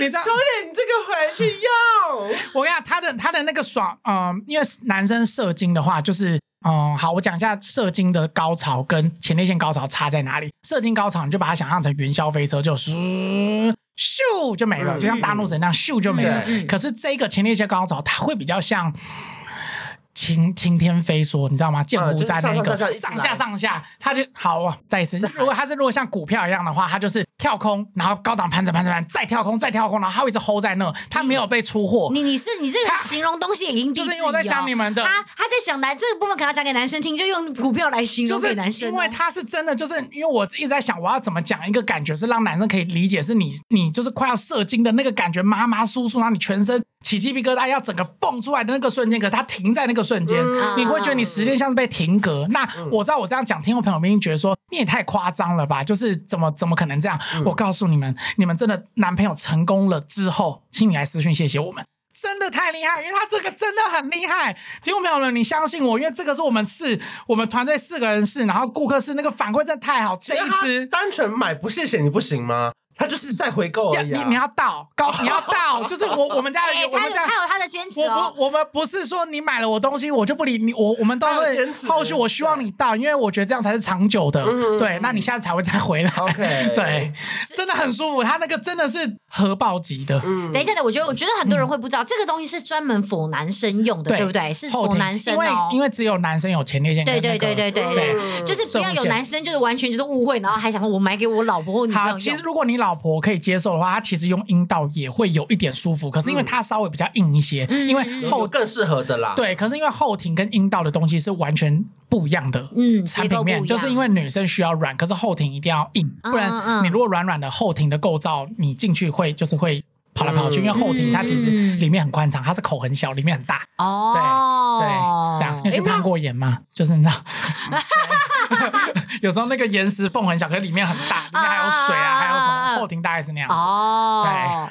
A: 你知道
C: 秋？叶，你这个回去用。
A: <laughs> 我跟你讲，他的他的那个爽，嗯、因为男生射精的话，就是嗯，好，我讲一下射精的高潮跟前列腺高潮差在哪里。射精高潮你就把它想象成云霄飞车，就咻咻就没了，
C: 嗯
A: 就像大怒神那样咻就没了。
C: 对嗯
A: 可是这个前列腺高潮，它会比较像。晴晴天飞梭，你知道吗？剑湖山那一个、
C: 啊就
A: 上
C: 是上上上上一直
A: 下
C: 来
A: 上下，它就好啊。再一次，如果它是如果像股票一样的话，它就是跳空，然后高档盘整盘整盘，再跳空，再跳空，然后它会一直 hold 在那，它没有被出货。
B: 你你是你这个人
A: 他
B: 形容东西也因地制宜、哦，
A: 就是因为我在想你们的
B: 他他在想男这个部分，可能要讲给男生听，就用股票来形
A: 就
B: 容
A: 是
B: 给男生哦、
A: 因为他是真的，就是因为我一直在想，我要怎么讲一个感觉是让男生可以理解，是你你就是快要射精的那个感觉，麻麻酥酥，然后你全身起鸡皮疙瘩，要整个蹦出来的那个瞬间，可是他停在那个瞬间，
B: 啊
C: 嗯
A: 你会觉得你时间像是被停格。那
B: 嗯
A: 我知道我这样讲，听众朋友们一定觉得说你也太夸张了吧，就是怎么怎么可能这样？
B: 嗯
A: 我告诉你们，你们真的男朋友成功了之后，请你来私讯谢谢我们。真的太厉害，因为他这个真的很厉害。听众朋友们，你相信我，因为这个是我们试，我们团队四个人试，然后顾客试，那个反馈真的太好，这一
C: 那他
A: 支。
C: 单纯买不谢谢你不行吗？他就是在回购而已、
A: 你
C: 啊。
A: 你要到高，你要到，就是我我们家的
B: 哎，
A: 我
B: 他
A: 们
B: 有
A: 家。
B: 他有他的坚持
A: 我
B: 哦。
A: 不，我们不是说你买了我东西，我就不理你。我我们都
C: 他有
A: 会
C: 坚持
A: 后续，我希望你到，因为我觉得这样才是长久的。
C: 嗯
A: 对，那你下次才会再回来。
C: OK
A: <laughs> 对，真的很舒服。他那个真的是核爆级的，
C: 嗯
B: 等一下，等我觉得，我觉得很多人会不知道，这个东西是专门否男生用的，
A: 对
B: 对不对？是
A: 后
B: 否
A: 庭
B: 男生
A: 因为
B: 哦。
A: 因为只有男生有前列腺跟
B: 对
A: 那
B: 对
A: 个。
B: 对对对对，
C: 嗯
B: 就是不要
A: 受
B: 有
A: 限
B: 男生就是完全就是误会，然后还想说我买给我老婆或女朋
A: 好，
B: 友
A: 其实
B: 用。
A: 如果你老婆可以接受的话，她其实用阴道也会有一点舒服，可是因为它稍微比较硬一些，
B: 嗯
A: 因
B: 嗯
A: 为
C: 有
A: 后
C: 更适合的啦。，
A: 对，可是因为后庭跟阴道的东西是完全不一样的。
B: 嗯，
A: 产
B: 结
A: 品
B: 构不一
A: 面
B: 样，
A: 就是因为女生需要软，可是后庭一定要硬，
B: 嗯
A: 不
B: 嗯
A: 然
B: 嗯
A: 你如果软软的后庭的构造，你进去会就是会跑来跑去，因
C: 嗯
A: 为后庭它其实
B: 嗯
A: 里面很宽敞，它是口很小，里面很大，对，
B: 哦，
A: 这样。你有去
C: 哎那
A: 攀过岩吗？就是你知道， <laughs> 有时候那个岩石缝很小，可是里面很大，里面还有水啊，
B: 啊
A: 还有什么后庭大概是那样子。
B: 哦，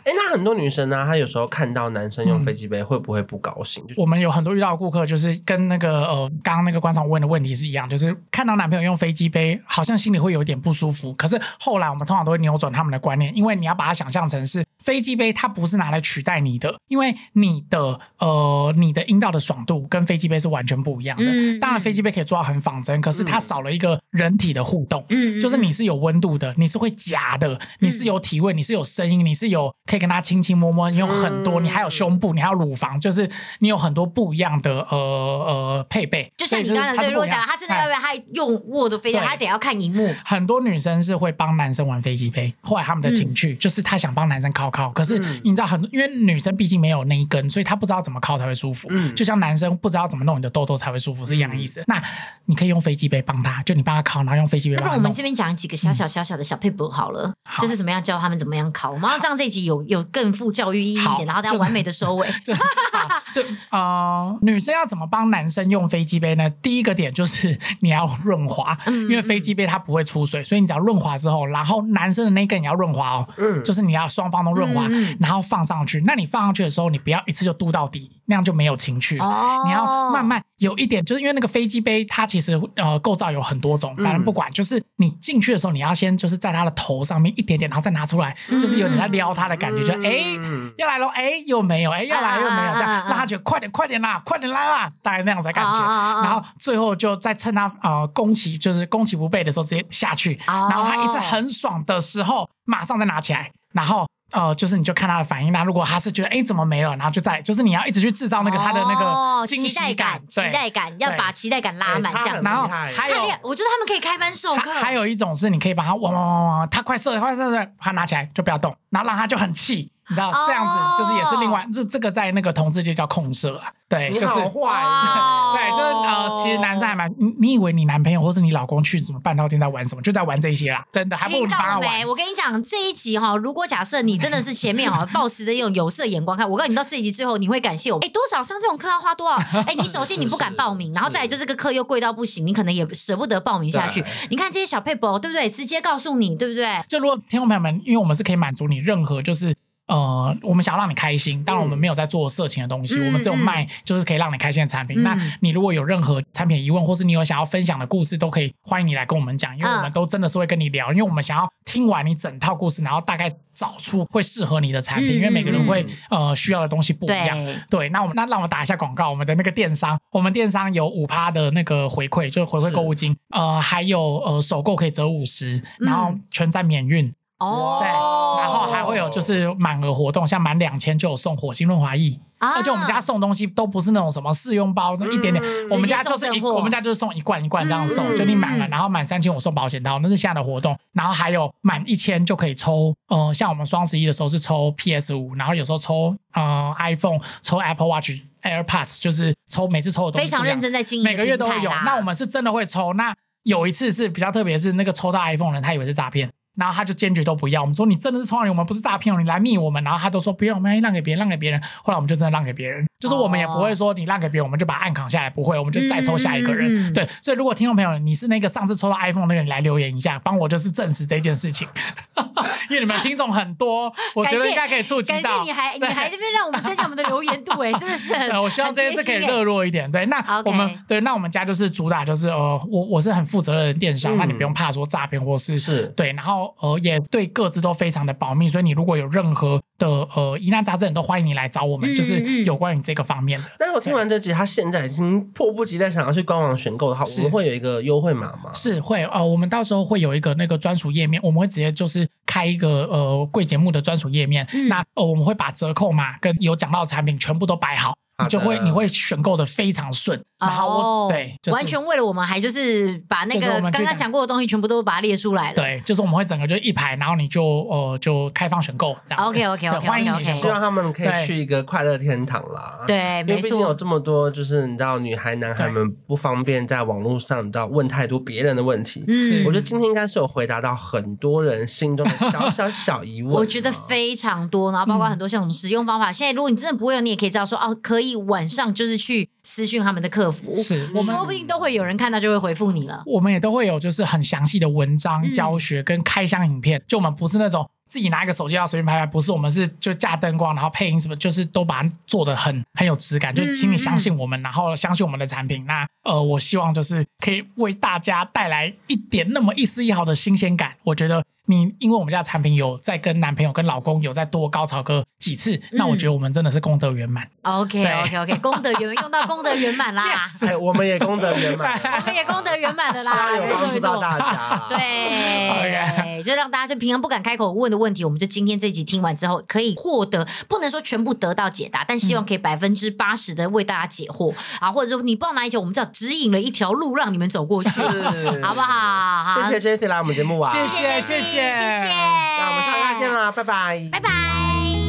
C: 哎，那很多女生呢、她有时候看到男生用飞机杯，会不会不高兴？就
A: 我们有很多遇到的顾客，就是跟那个呃，刚刚那个观众问的问题是一样，就是看到男朋友用飞机杯，好像心里会有点不舒服。可是后来我们通常都会扭转他们的观念，因为你要把它想象成是飞机杯，它不是拿来取代你的，因为你的呃你的阴道的爽度跟飞机杯是完全不一样的。
B: 嗯
A: 当然，飞机杯可以做到很仿真，可是它少了一个人体的互动。
B: 嗯，
A: 就是你是有温度的，你是会夹的，你是有体味，你是有声音，你是有可以跟他亲亲摸摸，你有很多，
C: 嗯
A: 你还有胸部，你还有乳房，就是你有很多不一样的呃呃配备。
B: 就像你
A: 所以
B: 刚才
A: 它
B: 对
A: 是
B: 如
A: 不
B: 果
A: 一样
B: 讲，他真的要
A: 哎
B: 不要他用 Word 飞掉，
A: 对
B: 他得要看荧幕。
A: 很多女生是会帮男生玩飞机杯，后来他
B: 嗯
A: 们的情趣、就是她想帮男生靠靠，可是
C: 嗯
A: 你知道很，因为女生毕竟没有那一根，所以她不知道怎么靠才会舒服，
C: 嗯
A: 就像男生不知道怎么弄你的痘痘才会舒服是一样的意思。那你可以用飞机杯帮他，就你帮他靠，然后用飞机杯
B: 要嗯不
A: 帮
B: 然
A: 他
B: 我们
A: 弄。
B: 这边讲几个小小小小的小配博好了，
A: 啊好
B: 就是怎么样教他们怎么样考。我们要让这一集有有更富教育意义一
A: 好
B: 点，然后大
A: 就
B: 家
A: 是
B: 完美的收尾。
A: 就好就呃，女生要怎么帮男生用飞机杯呢？第一个点就是你要润滑，
B: 嗯
A: 因为飞机杯它不会出水，所以你只要润滑之后，然后男生的那根也要润滑哦，
C: 嗯
A: 就是你要双方都润滑，
B: 嗯嗯
A: 然后放上去。那你放上去的时候，你不要一次就嘟到底，那样就没有情趣了。
B: 哦，
A: <laughs> 你要慢慢有一点，就是因为那个飞机杯，它其实呃构造有很多种，
B: 嗯
A: 反正不管，就是你进去的时候，你要先就是在它的头上面一点点，然后再拿出来，
B: 嗯
A: 就是有点在撩它的感觉，就哎、
C: 嗯
A: 要来喽，哎、又没有，哎、要来又没有，这样
B: 啊啊啊啊
A: 让他觉得快点快点啦，快点来啦，大概那样子的感觉。
B: 啊啊啊啊
A: 然后最后就再趁他呃攻其就是攻其不备的时候直接下去，
B: 哦
A: 然后他一次很爽的时候，马上再拿起来，然后。呃，就是你就看他的反应，那如果他是觉得哎、怎么没了，然后就再就是你要一直去制造那个他的那
B: 哦
A: 个惊
B: 期待
A: 喜
B: 感，期
A: 对，
B: 待感要
A: 对
B: 把期待感拉满
C: 哎他
B: 这样
C: 很
B: 子。
A: 然后
C: 厉害
A: 还
B: 太
A: 有
B: 厉害我觉得他们可以哦开班授课，
A: 还还有一种是你可以把它往往往往，它快射了，快射了，它拿起来就不要动，然后让它就很气，你知道、
B: 哦
A: 这样子就是也是另外这这个在那个同志界叫控射啊，对，
C: 你
A: 就是。
C: 好坏。
A: <laughs>
B: 哇
C: 啊
A: 对，就是呃，其实男生还蛮，你你以为你男朋友或是你老公去什么半道店在玩什么，就在玩这些啦，真的，还不如
B: 听
A: 你
B: 到
A: 帮他
B: 了
A: 玩
B: 没？。我跟你讲，这一集哈、如果假设你真的是前面哈、抱持着一种有色眼光看，我告诉你，到这一集最后你会感谢我。哎，多少上这种课要花
A: <laughs>
B: 多少？哎，你首先你不敢报名，然后再来就这个课又贵到不行，你可能也舍不得报名下去
C: 对。
B: 你看这些小配博，对不对？直接告诉你，对不对？
A: 就如果听众朋友们，因为我们是可以满足你任何就是。呃，我们想要让你开心，当然我们没有在做色情的东西，
B: 嗯
A: 我们只有卖就是可以让你开心的产品。
B: 嗯
A: 那你如果有任何产品的疑问，或是你有想要分享的故事，都可以欢迎你来跟我们讲，因为
B: 嗯
A: 我们都真的是会跟你聊，因为我们想要听完你整套故事，然后大概找出会适合你的产品，
B: 嗯
A: 因为每个人会
C: 嗯
A: 呃需要的东西不一样。
B: 对，
A: 对，那我们那让我打一下广告，我们的那个电商，我们电商有五趴的那个回馈，就是回馈
C: 是
A: 购物金，呃，还有呃首购可以折五十，然后
B: 嗯
A: 全站免运，
B: 哦，
A: 对然后还会有就是满额活动，像满两千就有送火星润滑液，
B: 啊
A: 而且我们家送东西都不是那种什么试用包，那一点点
C: 嗯，
A: 我们家
B: 直接
A: 就
B: 送
A: 是一
B: 正货
A: 我们家就是送一罐一罐这样
C: 嗯
A: 送，就你满了，然后满三千我送保险套，那是现在的活动。然后还有满一千就可以抽，呃，像我们双十一的时候是抽 PS 五，然后有时候抽呃 iPhone，抽 Apple Watch。AirPods 就是抽每次抽的东西
B: 非常
A: 不一样
B: 认真在经营，
A: 每个月都会有。那我。们是真的会抽。那有一次是比较特别，是那个抽到 iPhone 的人，他以为是诈骗，然后他就坚决都不要。我们说你真的是抽到你，我们不是诈骗哦，你来密我们。然后他都说不用，我们要让给别人，让给别人。后来我们就真的让给别人，就是我们也不会说你让给别人，我们就把案扛下来，不会，我们就再抽下一个
B: 嗯嗯
A: 人。
B: 嗯
A: 对，所以如果听众朋友你是那个上次抽到 iPhone 那个，你来留言一下，帮我就是证实这件事情， <laughs> 因为你们听众很多，我觉
B: 感
A: 得
B: 谢
A: 应该可以触及
B: 感
A: 到
B: 谢你。还你还这边让我们增加我们的留言度哎、真
A: <laughs>
B: 的是很欸哎
A: 呃，我希望这件事可以热络一点。对，那
B: OK
A: 我们对，那我们家就是主打就是呃，我我是很负责任的电商，
C: 嗯
A: 那你不用怕说诈骗或是
C: 是
A: 对，然后呃也对各自都非常的保密，所以你如果有任何的呃疑难杂症，都欢迎你来找我们，
B: 嗯
A: 就是
B: 嗯
A: 有关于这个方面的。
C: 但是我听完这集，他现在已经迫不及待想要去官网选购的话，
A: 是
C: 我们会有一个优惠码吗？
A: 是会哦，我们到时候会有一个那个专属页面，我们会直接就是开一个呃贵节目的专属页面，
B: 嗯
A: 那呃我们会把折扣码跟有讲到的产品全部都摆好，
C: 好
A: 你就会
C: 的
A: 你会选购的非常顺，然后我、
B: 哦，
A: 对、就是
B: 完全为了我们还就是把那
A: 就是我
B: 个
A: 们
B: 刚
A: 去
B: 刚
A: 讲
B: 讲过的东西全部都把它列出来了。
A: 对，就是我们会整个就一排，然后你就呃就开放选购这样子。
B: OK，OK，OK，OK，OK
A: 对欢迎你选
C: 希
A: 购
C: 望。他们可
A: 对
C: 以去一个快乐天堂啦。。
B: 对，
C: 因
B: 没
C: 为毕竟有
B: 错，
C: 这么多，就是你知道，女孩、男孩
A: 对
C: 们不方便在网络上，你知道问太多别人的问题。
A: 是
B: 嗯，
C: 我觉得今天应该是有回答到很多人心中的小小小疑问。
B: 我觉得非常多，然后包括
A: 嗯
B: 很多像什么使用方法。现在如果你真的不会用，你也可以知道说哦，可以晚上就是去私讯他们的客服，
A: 是我们
B: 说不定都会有人看到就会回复你了。
A: 我们也都会有就是很详细的文章、
B: 嗯
A: 教学跟开箱影片，就我们不是那种自己拿一个手机要随便拍拍，不是我们是就架灯光，然后配音什么，就是都把它做的很很有质
C: 嗯
A: 感，就请你相信我们，然后相信我们的产品。那呃，我希望就是可以为大家带来一点那么一丝一毫的新鲜感，我觉得。你因为我们家的产品有在跟男朋友、跟老公有在多高潮个几次，那
C: 嗯
A: 我觉得我们真的是功德圆满。
B: OK
A: 对
B: OK OK，功德圆满，用到功德圆
A: <laughs>
B: 满啦，，
C: 哎，我们也功德圆满
B: <laughs> 我们也功德圆满的
C: 希
A: <laughs>
C: 望
A: 哎
B: 啦，
C: 有
B: 没错
C: 帮助
B: 没
C: 到
B: 错。
C: 大
B: <laughs>
C: 家。，
B: 对，就让大家就平常不敢开口问的问题，我们就今天这集听完之后，可以获得不能说全部得到解答，但希望可以百分之八十的为大家解
C: 嗯
B: 惑啊，或者说你不知道哪一条，我们至少指引了一条路让你们走过去，
C: 是
B: 好不？好？好，
C: 谢谢 Jessie 来我们节目玩，
A: 谢谢谢谢
B: 谢谢，
C: 那我们下次再见，啦，拜拜，拜
B: 拜拜。